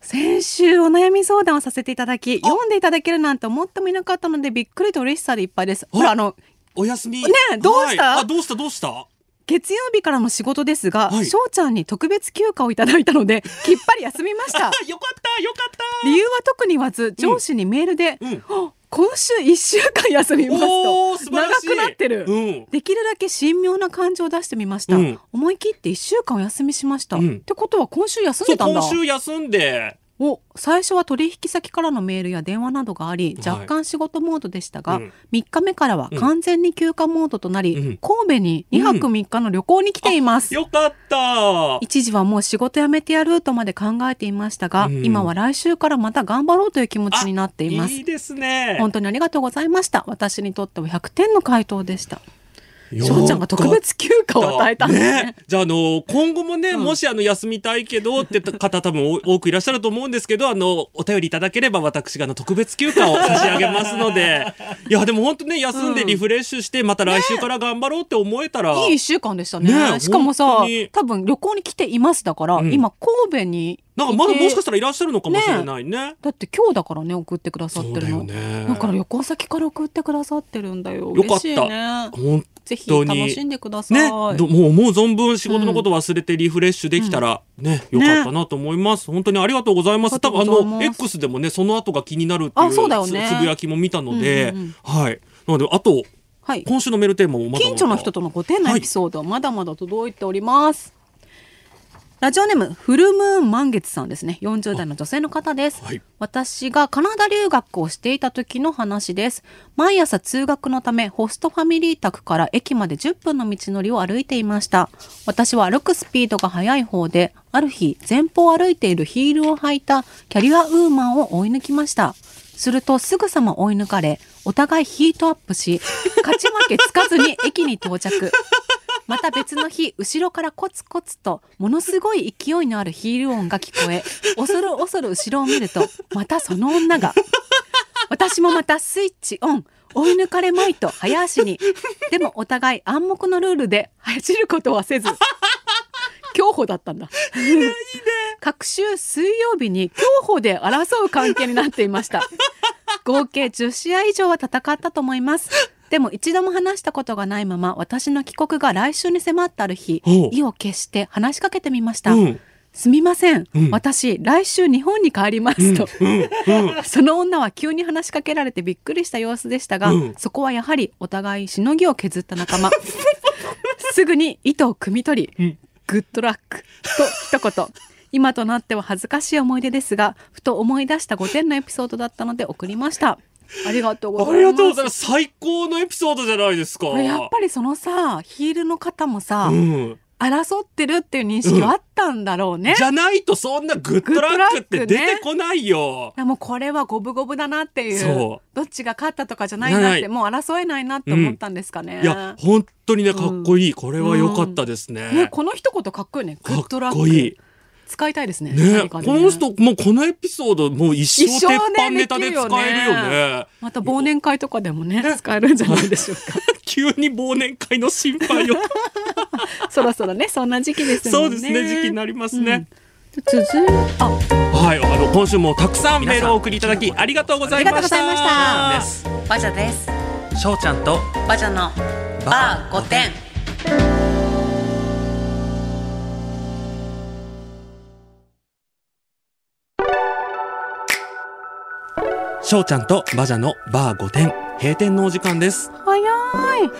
[SPEAKER 3] 先週お悩み相談をさせていただき、読んでいただけるなんて思ってもいなかったので、びっくりと嬉しさでいっぱいです。ほら、あの、
[SPEAKER 2] お休み。
[SPEAKER 3] ねえどうした
[SPEAKER 2] はいあ、どうしたどうした
[SPEAKER 3] 月曜日からの仕事ですが、
[SPEAKER 2] はい
[SPEAKER 3] 翔ちゃんに特別休暇をいただいたので、きっぱり休みま した。
[SPEAKER 2] あ、よかったよかった
[SPEAKER 3] 理由は特に言わず、上司にメールで、
[SPEAKER 2] うん
[SPEAKER 3] あ今週1週間休みます
[SPEAKER 2] おー素
[SPEAKER 3] と、
[SPEAKER 2] 晴ら
[SPEAKER 3] 長
[SPEAKER 2] しい
[SPEAKER 3] くなってる。
[SPEAKER 2] うん
[SPEAKER 3] できるだけ神妙な感情を出してみました、
[SPEAKER 2] うん
[SPEAKER 3] 思い切って1週間お休みしました、
[SPEAKER 2] うん
[SPEAKER 3] ってことは今週休ん
[SPEAKER 2] そう
[SPEAKER 3] でたんだ
[SPEAKER 2] 今週休んで
[SPEAKER 3] お最初は取引先からのメールや電話などがあり
[SPEAKER 2] はい
[SPEAKER 3] 若干仕事モードでしたが、
[SPEAKER 2] うん
[SPEAKER 3] 3日目からは完全に休暇モードとなり、
[SPEAKER 2] うん
[SPEAKER 3] 神戸に2泊3日の旅行に来ています、
[SPEAKER 2] よかった
[SPEAKER 3] 一時はもう仕事辞めてやるとまで考えていましたが、
[SPEAKER 2] うん
[SPEAKER 3] 今は来週からまた頑張ろうという気持ちになっています
[SPEAKER 2] いいですね。
[SPEAKER 3] 本当にありがとうございました私にとっては100点の回答でした
[SPEAKER 2] よかっ
[SPEAKER 3] 翔
[SPEAKER 2] た
[SPEAKER 3] ちゃんが特別休暇を与えたんですね
[SPEAKER 2] ねじゃあ、あの、今後もね、もし、あの、休みたいけどって方多分お多 くいらっしゃると思うんですけど、あの、お便りいただければ私が、あの、特別休暇を差し上げますの で、いや、でも本当ね、休んでリフレッシュして、また来週から頑張ろうって思えたら、
[SPEAKER 3] いい1週間でしたね
[SPEAKER 2] ねえ
[SPEAKER 3] しかも
[SPEAKER 2] 本
[SPEAKER 3] さ
[SPEAKER 2] 当に
[SPEAKER 3] 多分旅行に来ていますだから、
[SPEAKER 2] うん
[SPEAKER 3] 今神戸にいて
[SPEAKER 2] なんかまだもしかしたらいらっしゃるのかもしれないね。
[SPEAKER 3] だって今日だからね送ってくださっ
[SPEAKER 2] そ
[SPEAKER 3] て
[SPEAKER 2] うだ
[SPEAKER 3] る
[SPEAKER 2] よ
[SPEAKER 3] のだ,、
[SPEAKER 2] ね。
[SPEAKER 3] から旅行先から送ってくださってるんだよ
[SPEAKER 2] よか
[SPEAKER 3] 嬉
[SPEAKER 2] った
[SPEAKER 3] しいね
[SPEAKER 2] 本
[SPEAKER 3] ぜひ
[SPEAKER 2] 当に
[SPEAKER 3] 楽しんでください、
[SPEAKER 2] ね、どもう思う存分仕事のこと忘れてリフレッシュできたら、ね、よかったなと思います。本当にありがとうございます。
[SPEAKER 3] ありが
[SPEAKER 2] 多
[SPEAKER 3] とう
[SPEAKER 2] 分あ
[SPEAKER 3] ございます
[SPEAKER 2] の、X でもね、その後が気になるっていう
[SPEAKER 3] あそうだよね
[SPEAKER 2] つつぶやきも見たので、
[SPEAKER 3] うんうんうん
[SPEAKER 2] はい。なので、あと、
[SPEAKER 3] はい
[SPEAKER 2] 今週のメールテーマもまだまだ
[SPEAKER 3] 近所の人とのご丁寧エピソードまだまだ届いております、ラジオネームフルムーン満月さんですね40代の女性の方です、
[SPEAKER 2] はい
[SPEAKER 3] 私がカナダ留学をしていた時の話です毎朝通学のためホストファミリー宅から駅まで10分の道のりを歩いていました私は歩くスピードが速い方である日前方を歩いているヒールを履いたキャリアウーマンを追い抜きましたするとすぐさま追い抜かれお互いヒートアップし勝ち負けつかずに駅に到着また別の日後ろからコツコツとものすごい勢いのあるヒール音が聞こえ恐る恐る後ろを見るとまたその女が私もまたスイッチオン追い抜かれまいと早足にでもお互い暗黙のルールで走ることはせず 競歩だったんだ各週水曜日に競歩で争う関係になっていました合計10試合以上は戦ったと思いますでも一度も話したことがないまま私の帰国が来週に迫ったある日
[SPEAKER 2] おう
[SPEAKER 3] 意を決して話しかけてみました、
[SPEAKER 2] うん
[SPEAKER 3] すみません、
[SPEAKER 2] うん
[SPEAKER 3] 私来週日本に帰りますと、 その女は急に話しかけられてびっくりした様子でしたが、
[SPEAKER 2] うん
[SPEAKER 3] そこはやはりお互いしのぎを削っ た仲間すぐに糸を汲み取り、グッドラックと一言今となっては恥ずかしい思い出ですがふと思い出した5点のエピソードだったので送りましたありがとうござい
[SPEAKER 2] あ
[SPEAKER 3] ます
[SPEAKER 2] りがとうございます。最高のエピソードじゃないですか。
[SPEAKER 3] これやっぱりそのさヒールの方もさ、
[SPEAKER 2] うん。
[SPEAKER 3] 争ってるっていう認識はあったんだろうね、
[SPEAKER 2] じゃないとそんなグッドラックって出てこないよ
[SPEAKER 3] い。やもうこれは五分五分だなっていう
[SPEAKER 2] そ
[SPEAKER 3] どっちが勝ったとかじゃないなっ
[SPEAKER 2] じゃな
[SPEAKER 3] て
[SPEAKER 2] い
[SPEAKER 3] もう争えないなって思ったんですかね、
[SPEAKER 2] いや、本当にね、かっこいい。これは良かったです
[SPEAKER 3] ね
[SPEAKER 2] ね。
[SPEAKER 3] この一言かっこいいねグッ
[SPEAKER 2] か
[SPEAKER 3] ドラ
[SPEAKER 2] っ
[SPEAKER 3] ック
[SPEAKER 2] こいい。
[SPEAKER 3] 使いたいですね
[SPEAKER 2] ね
[SPEAKER 3] 何か
[SPEAKER 2] こ
[SPEAKER 3] ね
[SPEAKER 2] の人、もうこのエピソード、もう一生
[SPEAKER 3] 一生
[SPEAKER 2] 鉄
[SPEAKER 3] ね
[SPEAKER 2] 板ネタで使えるよ
[SPEAKER 3] できる
[SPEAKER 2] ね。
[SPEAKER 3] また忘年会とかでもね使えるんじゃないでしょ うか
[SPEAKER 2] 急に忘年会の心 配を。
[SPEAKER 3] そろそろねそんな時期です
[SPEAKER 2] そ
[SPEAKER 3] も
[SPEAKER 2] うん
[SPEAKER 3] ね
[SPEAKER 2] ですね、時期になりますね。
[SPEAKER 3] 続いあ
[SPEAKER 2] はい、あの今週もたくさんメールをお送りいただき、ありがとうございました。
[SPEAKER 3] ありがとうございま
[SPEAKER 2] し
[SPEAKER 3] バジャです
[SPEAKER 2] た。しょうちゃんと、
[SPEAKER 3] バジャのバー5点
[SPEAKER 2] しょうちゃんとバジャのバー5点、閉店のお時間です。
[SPEAKER 3] 早い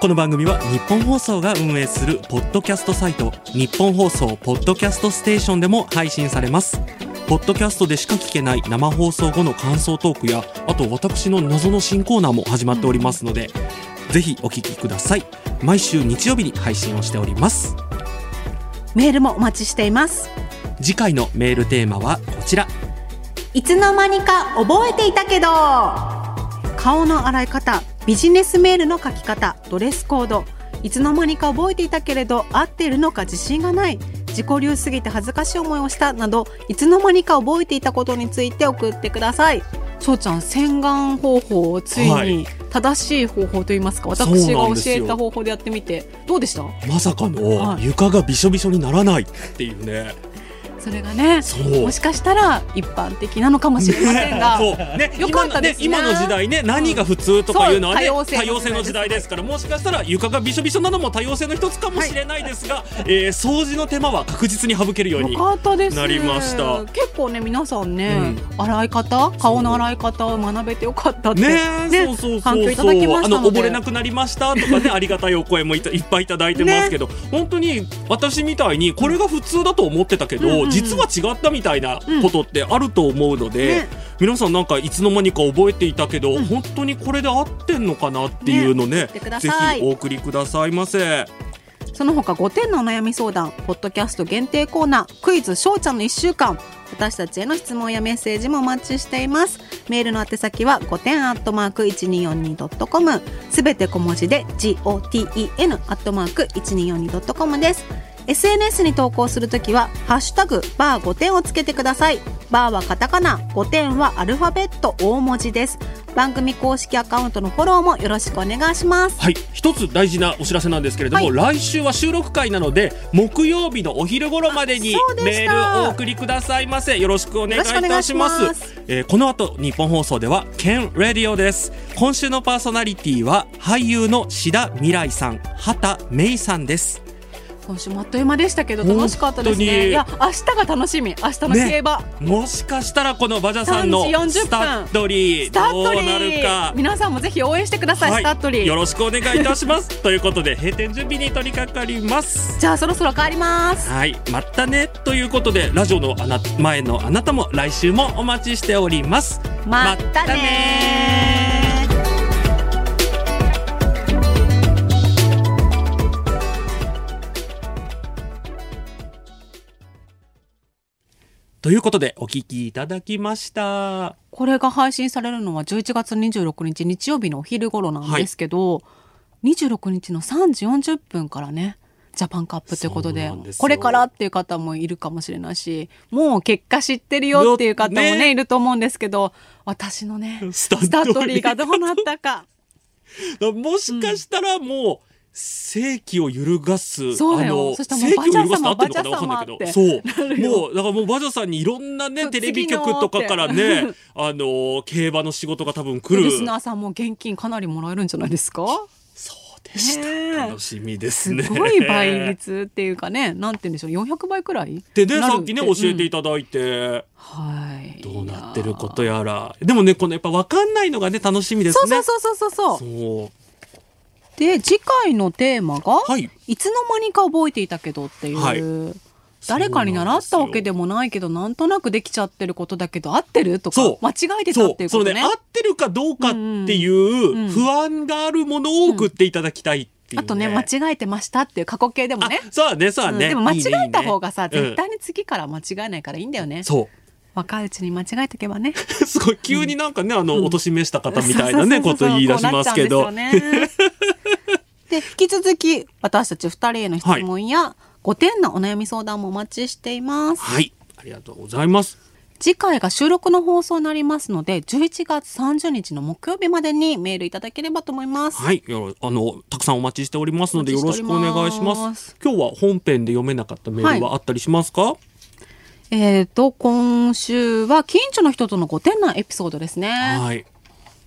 [SPEAKER 2] この番組は日本放送が運営するポッドキャストサイト日本放送ポッドキャストステーションでも配信されますポッドキャストでしか聞けない生放送後の感想トークやあと私の謎の新コーナーも始まっておりますので、ぜひお聞きください毎週日曜日に配信をしております
[SPEAKER 3] メールもお待ちしています
[SPEAKER 2] 次回のメールテーマはこちら
[SPEAKER 3] いつの間にか覚えていたけど顔の洗い方ビジネスメールの書き方ドレスコードいつの間にか覚えていたけれど合っているのか自信がない自己流すぎて恥ずかしい思いをしたなどいつの間にか覚えていたことについて送ってくださいそうちゃん洗顔方法をつい
[SPEAKER 2] はい
[SPEAKER 3] に正しい方法といいますか、
[SPEAKER 2] そうなんで
[SPEAKER 3] 私
[SPEAKER 2] す
[SPEAKER 3] が
[SPEAKER 2] よ
[SPEAKER 3] 教えた方法でやってみてどうでした
[SPEAKER 2] まさかの
[SPEAKER 3] はい
[SPEAKER 2] 床がびしょびしょにならないっていうね
[SPEAKER 3] それがね
[SPEAKER 2] そう
[SPEAKER 3] もしかしたら一般的なのかもしれませんが、
[SPEAKER 2] そうね、
[SPEAKER 3] よかったですね
[SPEAKER 2] 今の今の時代ね、何が普通とかいうのはね、
[SPEAKER 3] そ
[SPEAKER 2] 多
[SPEAKER 3] う多
[SPEAKER 2] 様
[SPEAKER 3] 様
[SPEAKER 2] 性
[SPEAKER 3] 性
[SPEAKER 2] の
[SPEAKER 3] の
[SPEAKER 2] 時代
[SPEAKER 3] 時代
[SPEAKER 2] で
[SPEAKER 3] です
[SPEAKER 2] から、もしかしたら床がびしょびしょなのも多様性の一つかもしれないですが、えー掃除の手間は確実に省けるように。
[SPEAKER 3] よかったです
[SPEAKER 2] なりました
[SPEAKER 3] 結構ね皆さんね、洗い方顔の洗い方を学べてよかったって
[SPEAKER 2] ねそうそう
[SPEAKER 3] 反
[SPEAKER 2] そ
[SPEAKER 3] 響
[SPEAKER 2] う
[SPEAKER 3] いた
[SPEAKER 2] そ
[SPEAKER 3] だき
[SPEAKER 2] う
[SPEAKER 3] ま
[SPEAKER 2] あ
[SPEAKER 3] し
[SPEAKER 2] の
[SPEAKER 3] たので
[SPEAKER 2] 溺れなくなりましたとかねありがたいお声もいたいっぱいいただいてますけど、本当に私みたいにこれが普通だと思ってたけど、実は違ったみたいなことってあると思うので、
[SPEAKER 3] ね
[SPEAKER 2] 皆さんなんかいつの間にか覚えていたけど、本当にこれで合ってんのかなっていうのね
[SPEAKER 3] ね送ってくだ
[SPEAKER 2] ぜ
[SPEAKER 3] さい
[SPEAKER 2] ひお送りくださいませ
[SPEAKER 3] その他5点のお悩み相談、ポッドキャスト限定コーナー、クイズ翔ちゃんの1週間、私たちへの質問やメッセージもお待ちしています。メールの宛先は5点アットマーク 1242.com、すべて小文字で goten アットマーク 1242.com です。SNS に投稿するときは、ハッシュタグ、バー5点をつけてください。バーはカタカナ、5点はアルファベット大文字です。番組公式アカウントのフォローもよろしくお願いします。
[SPEAKER 2] はい一つ大事なお知らせなんですけれども、来週は収録会なので木曜日のお昼頃までに
[SPEAKER 3] あそうでし
[SPEAKER 2] メ
[SPEAKER 3] た
[SPEAKER 2] ールをお送りくださいませよろしくお願いいたします
[SPEAKER 3] よろしくお願いします
[SPEAKER 2] えーこの後日本放送ではケンレディオです今週のパーソナリティは俳優の志田未来さん畑芽衣さんです
[SPEAKER 3] 今週もあっという間でしたけど楽しかったです
[SPEAKER 2] 本当に
[SPEAKER 3] ねいや明日が楽しみ明日の競馬、
[SPEAKER 2] もしかしたらこのバジャさんの
[SPEAKER 3] 3時40分
[SPEAKER 2] スタッドリー
[SPEAKER 3] スタッ
[SPEAKER 2] ど
[SPEAKER 3] ド
[SPEAKER 2] う
[SPEAKER 3] リ
[SPEAKER 2] なる
[SPEAKER 3] ー
[SPEAKER 2] か
[SPEAKER 3] 皆さんもぜひ応援してください、
[SPEAKER 2] は
[SPEAKER 3] スタッドリ
[SPEAKER 2] い、よ
[SPEAKER 3] ー
[SPEAKER 2] ろしくお願いいたしますということで閉店準備に取り掛かります
[SPEAKER 3] じゃあそろそろ帰ります
[SPEAKER 2] はい、またねということでラジオのあな前のあなたも来週もお待ちしております。
[SPEAKER 3] またね
[SPEAKER 2] ということでお聞きいただきました。
[SPEAKER 3] これが配信されるのは11月26日日曜日のお昼頃なんですけど、26日の3時40分からねジャパンカップということで
[SPEAKER 2] そうなんですよ
[SPEAKER 3] これからっていう方もいるかもしれないしもう結果知ってるよっていう方もね
[SPEAKER 2] ね
[SPEAKER 3] いると思うんですけど私のね
[SPEAKER 2] ス
[SPEAKER 3] ス
[SPEAKER 2] タ
[SPEAKER 3] タ
[SPEAKER 2] ッドリー
[SPEAKER 3] ッドリーがどうなっ たか。
[SPEAKER 2] もしかしたらもう正規を揺るがす、
[SPEAKER 3] そうよそしたらもう
[SPEAKER 2] 正規を揺るがすって合ってるのかなわ
[SPEAKER 3] バジ
[SPEAKER 2] かん
[SPEAKER 3] ャ様
[SPEAKER 2] ないけど、
[SPEAKER 3] バジ
[SPEAKER 2] そう
[SPEAKER 3] ャ様ってなるよ
[SPEAKER 2] もうだからもうバジャさんにいろんなね
[SPEAKER 3] そう
[SPEAKER 2] テレビ局とかからね、 あの競馬の仕事が多分来る
[SPEAKER 3] リ。スナーさんも現金かなりもらえるんじゃないで すか
[SPEAKER 2] そうでした、
[SPEAKER 3] ねえ
[SPEAKER 2] 楽しみです
[SPEAKER 3] す
[SPEAKER 2] ね。
[SPEAKER 3] ごい倍率っていうかねなんて言うんでしょう400倍くらい
[SPEAKER 2] でねさっきね教えてい
[SPEAKER 3] た、
[SPEAKER 2] ただいて。
[SPEAKER 3] うんはい
[SPEAKER 2] どうなってることやら。でもね、このやっぱ分かんないのがね、楽しみです
[SPEAKER 3] そう
[SPEAKER 2] ね。
[SPEAKER 3] そうそうそうそうそう
[SPEAKER 2] そう
[SPEAKER 3] で次回のテーマが、
[SPEAKER 2] はい
[SPEAKER 3] い、つの間にか覚えていたけどっていう、
[SPEAKER 2] はい
[SPEAKER 3] 誰かに習ったわけでもないけどなんとなくできちゃってることだけど合ってるとか
[SPEAKER 2] そう
[SPEAKER 3] 間違えてた
[SPEAKER 2] そう
[SPEAKER 3] っていう
[SPEAKER 2] そ
[SPEAKER 3] こ
[SPEAKER 2] の
[SPEAKER 3] と
[SPEAKER 2] ね、
[SPEAKER 3] ね
[SPEAKER 2] 合ってるかどうかっていう不安があるものを送っていただきたいっていう、
[SPEAKER 3] あとね間違えてましたっていう過去形でもね
[SPEAKER 2] あそうだね、そうだね、
[SPEAKER 3] うんでも間違えた方がさ
[SPEAKER 2] いいねいいね
[SPEAKER 3] 絶対に次から間違えないからいいんだよね
[SPEAKER 2] うんそう。
[SPEAKER 3] 若いうちに間違えとけばね
[SPEAKER 2] すごい、急になんかね、あの、おとしめした方みたいなね、
[SPEAKER 3] そ
[SPEAKER 2] こ
[SPEAKER 3] うそ
[SPEAKER 2] と
[SPEAKER 3] うそうそう
[SPEAKER 2] 言い出しますけど。
[SPEAKER 3] こうなっちゃうんですよねで引き続き私たち2人への質問や5点のお悩み相談もお待ちしています、
[SPEAKER 2] はい。ありがとうございます。
[SPEAKER 3] 次回が収録の放送になりますので11月30日の木曜日までにメールいただければと思います、
[SPEAKER 2] はい、よろあのたくさんお待ちしておりますので
[SPEAKER 3] お
[SPEAKER 2] よろ
[SPEAKER 3] 待ち
[SPEAKER 2] し
[SPEAKER 3] し
[SPEAKER 2] く
[SPEAKER 3] てお
[SPEAKER 2] お
[SPEAKER 3] ります
[SPEAKER 2] 願いします。今日は本編で読めなかったメールはあったりしますか？
[SPEAKER 3] えっ、と今週は近所の人との5点なエピソードですね、
[SPEAKER 2] はい。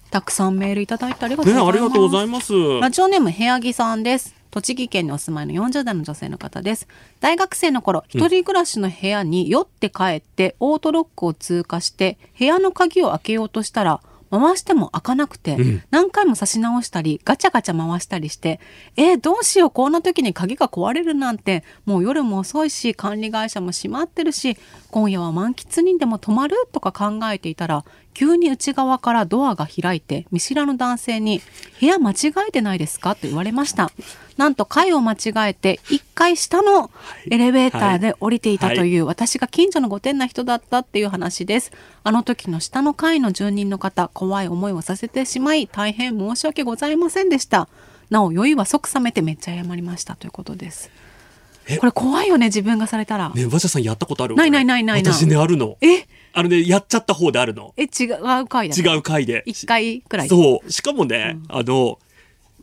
[SPEAKER 3] たくさんメールいただいてありがとう
[SPEAKER 2] ね、
[SPEAKER 3] ございます、
[SPEAKER 2] ありがとうございます。
[SPEAKER 3] ラジオネーム部屋木さんです。栃木県にお住まいの40代の女性の方です。大学生の頃、一人暮らしの部屋に酔って帰って、オートロックを通過して、部屋の鍵を開けようとしたら、回しても開かなくて、何回も差し直したり、ガチャガチャ回したりして、えーどうしよう、こんな時に鍵が壊れるなんて、もう夜も遅いし、管理会社も閉まってるし、今夜は満喫にでも泊まるとか考えていたら、急に内側からドアが開いて見知らぬ男性に「部屋間違えてないですか?」と言われましたなんと階を間違えて1階下のエレベーターで降りていたという私が近所の御殿な人だったっていう話ですあの時の下の階の住人の方怖い思いをさせてしまい大変申し訳ございませんでしたなお酔いは即冷めてめっちゃ謝りましたということです
[SPEAKER 2] え
[SPEAKER 3] これ怖いよね自分がされたら、
[SPEAKER 2] ね、和田さんやったことある
[SPEAKER 3] ないないないないない
[SPEAKER 2] 私ね、あるの。
[SPEAKER 3] え
[SPEAKER 2] あのね、やっちゃった方であるの。
[SPEAKER 3] え違う階だ
[SPEAKER 2] 違う回で。
[SPEAKER 3] 1階くらい
[SPEAKER 2] そう。しかもね、あの、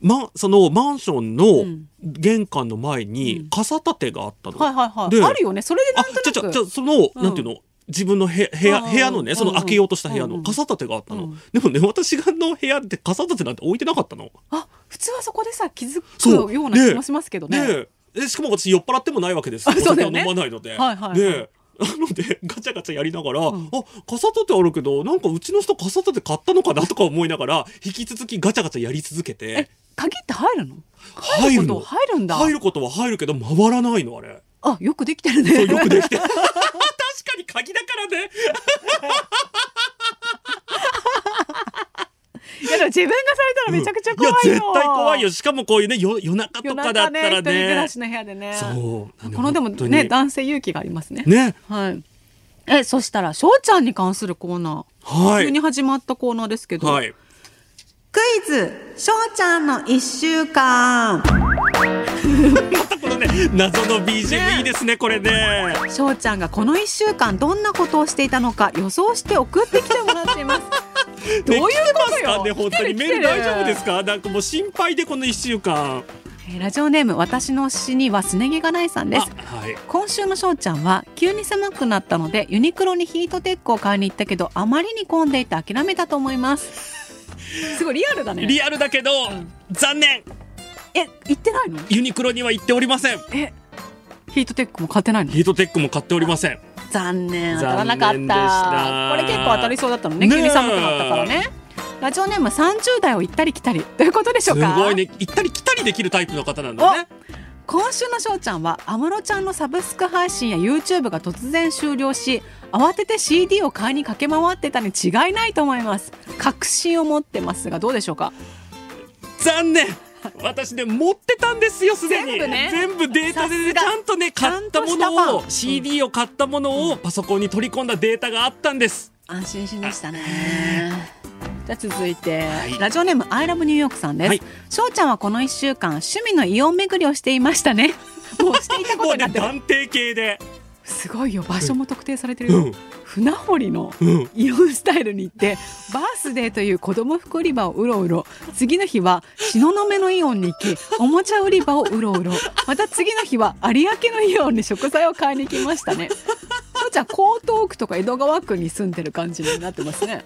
[SPEAKER 2] ま、そのマンションの玄関の前に傘立てがあったの。
[SPEAKER 3] はいはいはい。
[SPEAKER 2] で
[SPEAKER 3] あるよね。それでな
[SPEAKER 2] あ
[SPEAKER 3] んとなく。
[SPEAKER 2] じゃじゃじゃその、
[SPEAKER 3] うん
[SPEAKER 2] なんていうの自分のへ部屋
[SPEAKER 3] うんうん
[SPEAKER 2] 部屋のねその
[SPEAKER 3] うんうん
[SPEAKER 2] 開けようとした部屋
[SPEAKER 3] うんう
[SPEAKER 2] の
[SPEAKER 3] ん
[SPEAKER 2] 傘立てがあったの、
[SPEAKER 3] うん
[SPEAKER 2] でもね私がの部屋で傘立てなんて置いてなかったの
[SPEAKER 3] あ普通はそこでさ、気づ
[SPEAKER 2] そう
[SPEAKER 3] くような気もしますけどね。
[SPEAKER 2] ででしかも私酔っ払ってもないわけですよ
[SPEAKER 3] あ そうだよね
[SPEAKER 2] お酒は飲まないので、
[SPEAKER 3] はいはいはい
[SPEAKER 2] で なのでガチャガチャやりながら、あ傘立てあるけどなんかうちの人傘立て買ったのかなとか思いながら引き続きガチャガチャやり続けて
[SPEAKER 3] 鍵って入るの
[SPEAKER 2] 入
[SPEAKER 3] ること入るんだ
[SPEAKER 2] 入ることは入るけど回らないのあれ
[SPEAKER 3] あよくできてる
[SPEAKER 2] そう
[SPEAKER 3] ね
[SPEAKER 2] よくできて確かに鍵だからね
[SPEAKER 3] いやでも自分がされたらめちゃくちゃ怖いよ、
[SPEAKER 2] いや絶対怖いよしかもこういうねよ夜中と
[SPEAKER 3] 夜
[SPEAKER 2] かだ
[SPEAKER 3] 中
[SPEAKER 2] ったら
[SPEAKER 3] ね一人暮
[SPEAKER 2] ね
[SPEAKER 3] らしの部屋でね
[SPEAKER 2] そう
[SPEAKER 3] このでも
[SPEAKER 2] 本当に
[SPEAKER 3] ね男性勇気がありますね
[SPEAKER 2] ね
[SPEAKER 3] はいえそしたら翔ちゃんに関するコーナー、
[SPEAKER 2] は
[SPEAKER 3] 急に
[SPEAKER 2] い
[SPEAKER 3] 始まったコーナーですけど、
[SPEAKER 2] はい
[SPEAKER 3] クイズ翔ちゃんの一週間
[SPEAKER 2] このね 謎の BGM いいですねこれね
[SPEAKER 3] 翔ちゃんがこの1週間どんなことをしていたのか予想して送ってきてもらっています どういうことよ、
[SPEAKER 2] ね本当に
[SPEAKER 3] 来て
[SPEAKER 2] メ
[SPEAKER 3] る
[SPEAKER 2] ール大丈夫で
[SPEAKER 3] 来
[SPEAKER 2] す
[SPEAKER 3] て
[SPEAKER 2] かなんかもう心配でこの一週間
[SPEAKER 3] るえーラジオネーム私の死にはすね毛がないさんです
[SPEAKER 2] あはい
[SPEAKER 3] 今週の翔ちゃんは急に狭くなったのでユニクロにヒートテックを買いに行ったけどあまりに混んでいて諦めたと思います すごいリアルだね
[SPEAKER 2] リアルだけど
[SPEAKER 3] ん
[SPEAKER 2] 残念
[SPEAKER 3] え行ってないの
[SPEAKER 2] ユニクロには行っておりません
[SPEAKER 3] ヒートテックも買ってないの
[SPEAKER 2] ヒートテックも買っておりません
[SPEAKER 3] 残念当
[SPEAKER 2] 残
[SPEAKER 3] たらなかった
[SPEAKER 2] 念でした
[SPEAKER 3] これ結構当たりそうだったのね
[SPEAKER 2] ねえ
[SPEAKER 3] 急に寒くなったからねラジオネーム30代を行ったり来たりということでし
[SPEAKER 2] す
[SPEAKER 3] ょうか
[SPEAKER 2] ごいね行ったり来たりできるタイプの方なんだね
[SPEAKER 3] 今週のしょうちゃんは安室ちゃんのサブスク配信や YouTube が突然終了し慌てて CD を買いに駆け回ってたに違いないと思います確信を持ってますがどうでしょうか
[SPEAKER 2] 残念私ね持ってたんですよすでに
[SPEAKER 3] 全部ね
[SPEAKER 2] 部データでねち
[SPEAKER 3] さすが
[SPEAKER 2] ゃんとね
[SPEAKER 3] ちゃ
[SPEAKER 2] 買っ
[SPEAKER 3] ん
[SPEAKER 2] た
[SPEAKER 3] と
[SPEAKER 2] も
[SPEAKER 3] した
[SPEAKER 2] のを
[SPEAKER 3] ファン
[SPEAKER 2] CD を買ったものをパソコンに取り込んだデータがあったんです
[SPEAKER 3] 安心しましたねじゃあ続いて、ラジオネームアイラブニューヨークさんです、
[SPEAKER 2] はい
[SPEAKER 3] しょうちゃんはこの1週間趣味のイオン巡りをしていまし たねもうしていた
[SPEAKER 2] も
[SPEAKER 3] こと
[SPEAKER 2] う
[SPEAKER 3] にな
[SPEAKER 2] ね
[SPEAKER 3] ってる
[SPEAKER 2] 断定系です
[SPEAKER 3] ごいよ場所も特定されてるよ、
[SPEAKER 2] うん
[SPEAKER 3] 船堀の
[SPEAKER 2] うん
[SPEAKER 3] イオンスタイルに行ってバースデーという子供服売り場をうろうろ次の日は東雲のイオンに行きおもちゃ売り場をうろうろまた次の日は有明のイオンに食材を買いに来ましたねそうちゃん江東区とか江戸川区に住んでる感じになってますね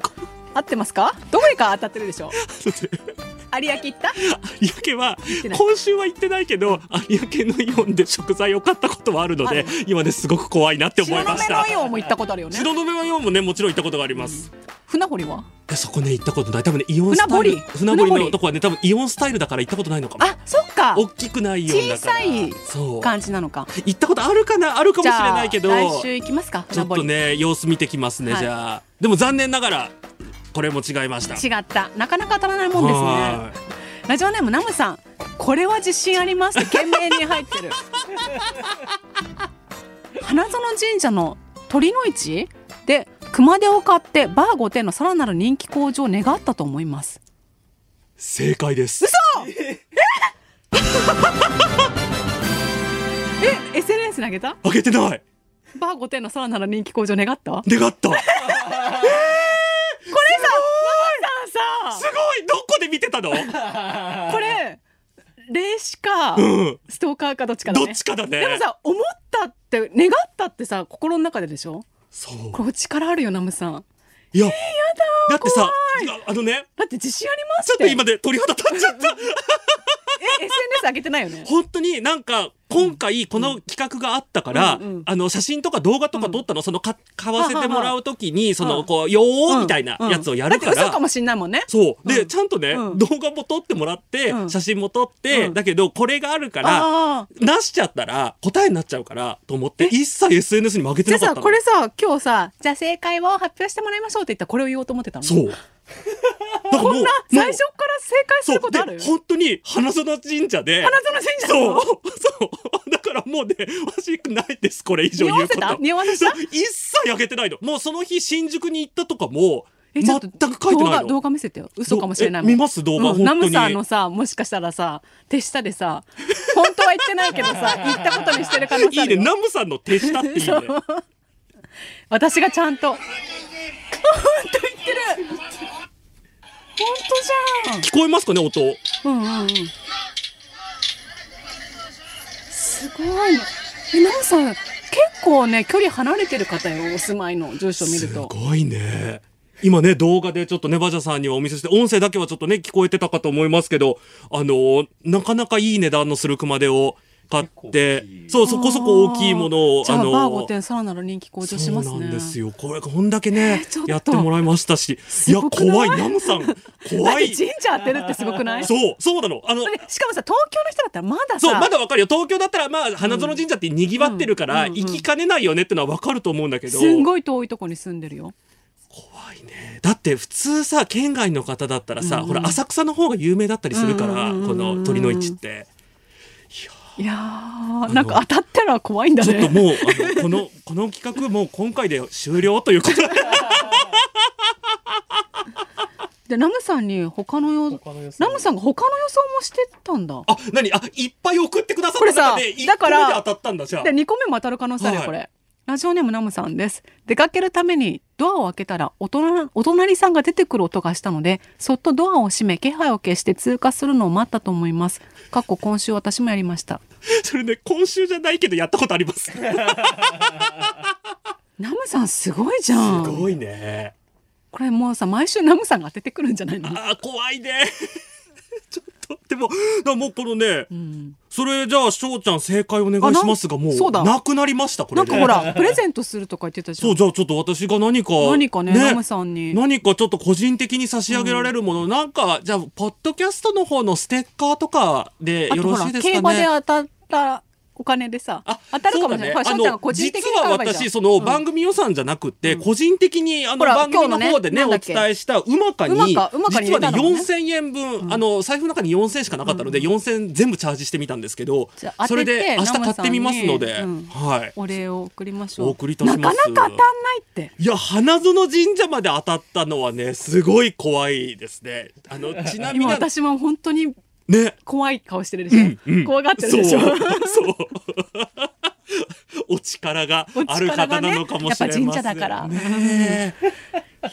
[SPEAKER 3] 合ってますかどこにか当たってるでしょ有明行った
[SPEAKER 2] 有明は
[SPEAKER 3] てない
[SPEAKER 2] 今週は行ってないけど有明のイオンで食材を買ったことはあるので今ねすごく怖いなって思いま
[SPEAKER 3] 東
[SPEAKER 2] し
[SPEAKER 3] 雲
[SPEAKER 2] た
[SPEAKER 3] のイオンも行ったことあるよね
[SPEAKER 2] 白の目のイオンもねもちろん行ったことがあります、
[SPEAKER 3] 船堀は
[SPEAKER 2] えそこね行ったことない多分ねイオンスタイル
[SPEAKER 3] 船堀
[SPEAKER 2] 船
[SPEAKER 3] 船
[SPEAKER 2] 堀の
[SPEAKER 3] 堀
[SPEAKER 2] とこはね多分イオンスタイルだから行ったことないのかも
[SPEAKER 3] あそっか
[SPEAKER 2] 大きくないイオンだから
[SPEAKER 3] 小さい
[SPEAKER 2] そう
[SPEAKER 3] 感じなのか
[SPEAKER 2] 行ったことあるかなあるかもしれないけど
[SPEAKER 3] じゃあ来週行きますか
[SPEAKER 2] ちょっ
[SPEAKER 3] 船
[SPEAKER 2] と
[SPEAKER 3] 堀
[SPEAKER 2] ね様子見てきますね、
[SPEAKER 3] はい
[SPEAKER 2] じゃあでも残念ながらこれも違いました
[SPEAKER 3] 違ったなかなか当たらないもんですね
[SPEAKER 2] は
[SPEAKER 3] ラジオネームナムさんこれは自信ありますって懸命に入ってる花園神社の鳥の市で熊手を買ってバー5点のさらなる人気向上を願ったと思います
[SPEAKER 2] い正解です
[SPEAKER 3] え SNS 投げた
[SPEAKER 2] あげてない
[SPEAKER 3] バー5点のさらなる人気向上願ったこれ
[SPEAKER 2] 願ったす
[SPEAKER 3] さナムさんさ
[SPEAKER 2] ごいどこで見てたの、
[SPEAKER 3] これ霊視か
[SPEAKER 2] うん、
[SPEAKER 3] ストーカーかどっちかだ
[SPEAKER 2] ど
[SPEAKER 3] ね
[SPEAKER 2] っちかだね
[SPEAKER 3] でもさ思ったって願ったってさ心の中ででしょ
[SPEAKER 2] そう
[SPEAKER 3] これ力あるよナムさん
[SPEAKER 2] いやだってさいやあのね
[SPEAKER 3] だって自信あります
[SPEAKER 2] ちょ
[SPEAKER 3] っ
[SPEAKER 2] ってと今ね鳥肌立っちゃった
[SPEAKER 3] え SNS 上げてないよね
[SPEAKER 2] 本当になんか今回この企画があったから、
[SPEAKER 3] うんうん
[SPEAKER 2] あの写真とか動画とか撮ったの、そのか買わせてもらうときにそ
[SPEAKER 3] は
[SPEAKER 2] の
[SPEAKER 3] は
[SPEAKER 2] こう「よー」みたいなやつをやるか
[SPEAKER 3] うんうんだって
[SPEAKER 2] ら、
[SPEAKER 3] 嘘かもしんないもんね
[SPEAKER 2] そうで、
[SPEAKER 3] うん
[SPEAKER 2] ちゃんとね、
[SPEAKER 3] うん
[SPEAKER 2] 動画も撮ってもらって、
[SPEAKER 3] うん
[SPEAKER 2] 写真も撮って、
[SPEAKER 3] うん
[SPEAKER 2] だけどこれがあるから
[SPEAKER 3] ああ
[SPEAKER 2] なしちゃったら答えになっちゃうからと思って一切 SNS に負けて
[SPEAKER 3] じゃ
[SPEAKER 2] な
[SPEAKER 3] あ
[SPEAKER 2] かったの
[SPEAKER 3] さこれさ今日さじゃあ正解を発表してもらいましょうって言ったらこれを言おうと思ってたの
[SPEAKER 2] そうだからも
[SPEAKER 3] こんな最初
[SPEAKER 2] も
[SPEAKER 3] から正解する
[SPEAKER 2] う
[SPEAKER 3] ことある
[SPEAKER 2] そうで本当に花園神社で
[SPEAKER 3] 花園神社
[SPEAKER 2] そう
[SPEAKER 3] の
[SPEAKER 2] そう だからもうね私ないですこれ以上
[SPEAKER 3] 匂
[SPEAKER 2] 言
[SPEAKER 3] わ
[SPEAKER 2] う
[SPEAKER 3] せ
[SPEAKER 2] こ
[SPEAKER 3] た
[SPEAKER 2] と
[SPEAKER 3] 匂わせした
[SPEAKER 2] そう一切あげてないのもうその日新宿に行ったとかも
[SPEAKER 3] え
[SPEAKER 2] 全
[SPEAKER 3] ちょっと
[SPEAKER 2] く書いて
[SPEAKER 3] 動
[SPEAKER 2] な
[SPEAKER 3] 画
[SPEAKER 2] い
[SPEAKER 3] 動
[SPEAKER 2] の
[SPEAKER 3] 画見せてよ嘘かもしれないも
[SPEAKER 2] え
[SPEAKER 3] ん
[SPEAKER 2] 見ます動画、
[SPEAKER 3] うん
[SPEAKER 2] 本
[SPEAKER 3] ナ
[SPEAKER 2] 当
[SPEAKER 3] ム
[SPEAKER 2] に
[SPEAKER 3] さんのさもしかしたらさ手下でさ本当は言ってないけど さ言ったことにしてる可能性
[SPEAKER 2] い
[SPEAKER 3] あ
[SPEAKER 2] い
[SPEAKER 3] る
[SPEAKER 2] ねナ
[SPEAKER 3] よ
[SPEAKER 2] ムさんの手下っていいね
[SPEAKER 3] 私がちゃん と本当言ってる本
[SPEAKER 2] 聞こえますかね音
[SPEAKER 3] 当じゃんうんうんうんすごいねえナムさん結構ね距離離れてる方よお住まいの住所見る
[SPEAKER 2] す
[SPEAKER 3] と
[SPEAKER 2] ごいね今ね動画でちょっとねバジャさんにはお見せして音声だけはちょっとね聞こえてたかと思いますけどあのーなかなかいい値段のする熊手を買って、そう、そこそこ大きいものを、
[SPEAKER 3] じゃあ、
[SPEAKER 2] の、
[SPEAKER 3] バー5点さらなる人気向上しますね。
[SPEAKER 2] そうなんですよ。これ、こんだけね
[SPEAKER 3] えーちょっ、と
[SPEAKER 2] やってもらいましたし。いや、
[SPEAKER 3] ごくない
[SPEAKER 2] 怖い、ナムさん。怖
[SPEAKER 3] だっ
[SPEAKER 2] い
[SPEAKER 3] て。神社当てるってすごくない
[SPEAKER 2] そう、そうなの。あの、
[SPEAKER 3] でしかもさ、東京の人だったらまださ、
[SPEAKER 2] そう、まだわかるよ。東京だったら、まあ、花園神社って賑わってるから、行きかねないよねってのはわかると思うんだけど。
[SPEAKER 3] すんごい遠いとこに住んでるよ。
[SPEAKER 2] 怖いね。だって、普通さ、県外の方だったらさ、ほら、浅草の方が有名だったりするから、この鳥の市って。
[SPEAKER 3] いやー、なんか当たったら怖いんだ
[SPEAKER 2] ちょっと
[SPEAKER 3] ね。
[SPEAKER 2] もう、あのこの、 この企画、もう今回で終了ということ で。
[SPEAKER 3] で、ラムさんに他の予ラムさんが他の予想もしてたんだ。
[SPEAKER 2] あ、何あ、いっぱい送ってくださっ
[SPEAKER 3] これ
[SPEAKER 2] た
[SPEAKER 3] さ
[SPEAKER 2] 中で、一
[SPEAKER 3] だ
[SPEAKER 2] 個
[SPEAKER 3] か
[SPEAKER 2] 目
[SPEAKER 3] ら
[SPEAKER 2] で当たったんだ、じゃあ
[SPEAKER 3] で、。2個目も当たる可能性あるよ、
[SPEAKER 2] はい
[SPEAKER 3] これ。ラジオネームナムさんです。出かけるためにドアを開けたらおとお隣さんが出てくる音がしたので、そっとドアを閉め、気配を消して通過するのを待ったと思います。かっこ今週私もやりました。
[SPEAKER 2] それね、今週じゃないけど、やったことあります。す
[SPEAKER 3] ナムさんすごいじゃん。
[SPEAKER 2] ごいね。
[SPEAKER 3] これもうさ、毎週ナムさんが当ててくるんじゃないの
[SPEAKER 2] あー、怖いね。 ちょっと、でも、だもうこのね、
[SPEAKER 3] うん。
[SPEAKER 2] それじゃあ、しょうちゃん正解お願いしますが、
[SPEAKER 3] あなん
[SPEAKER 2] もう、
[SPEAKER 3] そうだ
[SPEAKER 2] なくなりました、こ
[SPEAKER 3] な
[SPEAKER 2] れ
[SPEAKER 3] ん
[SPEAKER 2] で。
[SPEAKER 3] かほら、プレゼントするとか言ってたじゃ
[SPEAKER 2] そ
[SPEAKER 3] ん
[SPEAKER 2] う、。じゃあちょっと私が何か。
[SPEAKER 3] 何かね、ナムさんに。
[SPEAKER 2] 何かちょっと個人的に差し上げられるもの、なんか、じゃあ、ポッドキャストの方のステッカーとかで
[SPEAKER 3] あ
[SPEAKER 2] よ
[SPEAKER 3] とほ
[SPEAKER 2] ろ
[SPEAKER 3] ら
[SPEAKER 2] しいですかね。
[SPEAKER 3] 競馬で当たったお金でさ、当たるかもしれない。ほら、
[SPEAKER 2] そうだね
[SPEAKER 3] 翔ちゃんが個人的に
[SPEAKER 2] あ
[SPEAKER 3] 買え
[SPEAKER 2] の
[SPEAKER 3] ばいい
[SPEAKER 2] 実は
[SPEAKER 3] じゃん
[SPEAKER 2] 私、その番組予算じゃなくて、個人的に、あの、
[SPEAKER 3] ほら
[SPEAKER 2] 番組の
[SPEAKER 3] 今日のね
[SPEAKER 2] 方でね、
[SPEAKER 3] なん
[SPEAKER 2] お
[SPEAKER 3] だっけ
[SPEAKER 2] 伝えした、うまかに、
[SPEAKER 3] うまかうまかに
[SPEAKER 2] 実
[SPEAKER 3] 入
[SPEAKER 2] は
[SPEAKER 3] れ
[SPEAKER 2] ね、
[SPEAKER 3] たのね
[SPEAKER 2] 4000円分、あの、財布の中に4000しかなかったので、4000全部チャージしてみたんですけど
[SPEAKER 3] じゃあ、
[SPEAKER 2] それで明日
[SPEAKER 3] 当てて
[SPEAKER 2] 買ってみますので
[SPEAKER 3] ナム、さ
[SPEAKER 2] はい。
[SPEAKER 3] お礼を送りましょう。
[SPEAKER 2] お送りいたします
[SPEAKER 3] なかなか当たんないって。
[SPEAKER 2] いや、花園神社まで当たったのはね、すごい怖いですね。あの、ちなみに
[SPEAKER 3] 今、私も本当に
[SPEAKER 2] ね、
[SPEAKER 3] 怖い顔してるでしょ。怖がってる
[SPEAKER 2] そう、
[SPEAKER 3] でし
[SPEAKER 2] そ
[SPEAKER 3] ょ。
[SPEAKER 2] う。 お力がある方なのかもしれません、
[SPEAKER 3] お力がねやっぱ神社だから
[SPEAKER 2] ねえ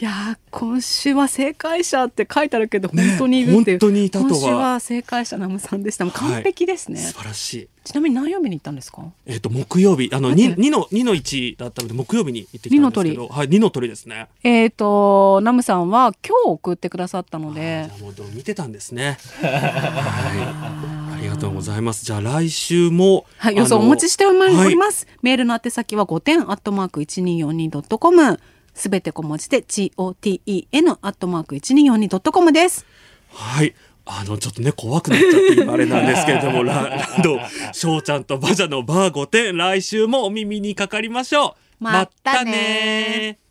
[SPEAKER 3] いやー今週は正解者って書いてあるけど本当にいるっていう、
[SPEAKER 2] ね本当にいたとは
[SPEAKER 3] 今週は正解者ナムさんでしたもう完璧ですね、
[SPEAKER 2] 素晴らしい。
[SPEAKER 3] ちなみに何曜日に行ったんですか
[SPEAKER 2] えっ、と、木曜日、あの、
[SPEAKER 3] 待っ
[SPEAKER 2] 2,
[SPEAKER 3] て
[SPEAKER 2] の、2の1だったので、木曜日に行ってきたんですけ
[SPEAKER 3] 二
[SPEAKER 2] ど、
[SPEAKER 3] の
[SPEAKER 2] はい、2の鳥ですね。
[SPEAKER 3] えっ、とナムさんは今日送ってくださったので
[SPEAKER 2] じゃあもう、見てたんです ね。はい。ありがとうございます。じゃあ、来週も。
[SPEAKER 3] はい、予想お持ちしておりま
[SPEAKER 2] はい
[SPEAKER 3] おります。メールの宛先は5点アットマーク 1242.com。すべて小文字で GOTEN アットマーク 1242.com です。
[SPEAKER 2] はい。あの、ちょっとね、怖くなっちゃって今あれなんですけれど も、ラランド、翔ちゃんとバジャのバー5点、来週もお耳にかかりましょう。
[SPEAKER 3] またね
[SPEAKER 2] またねー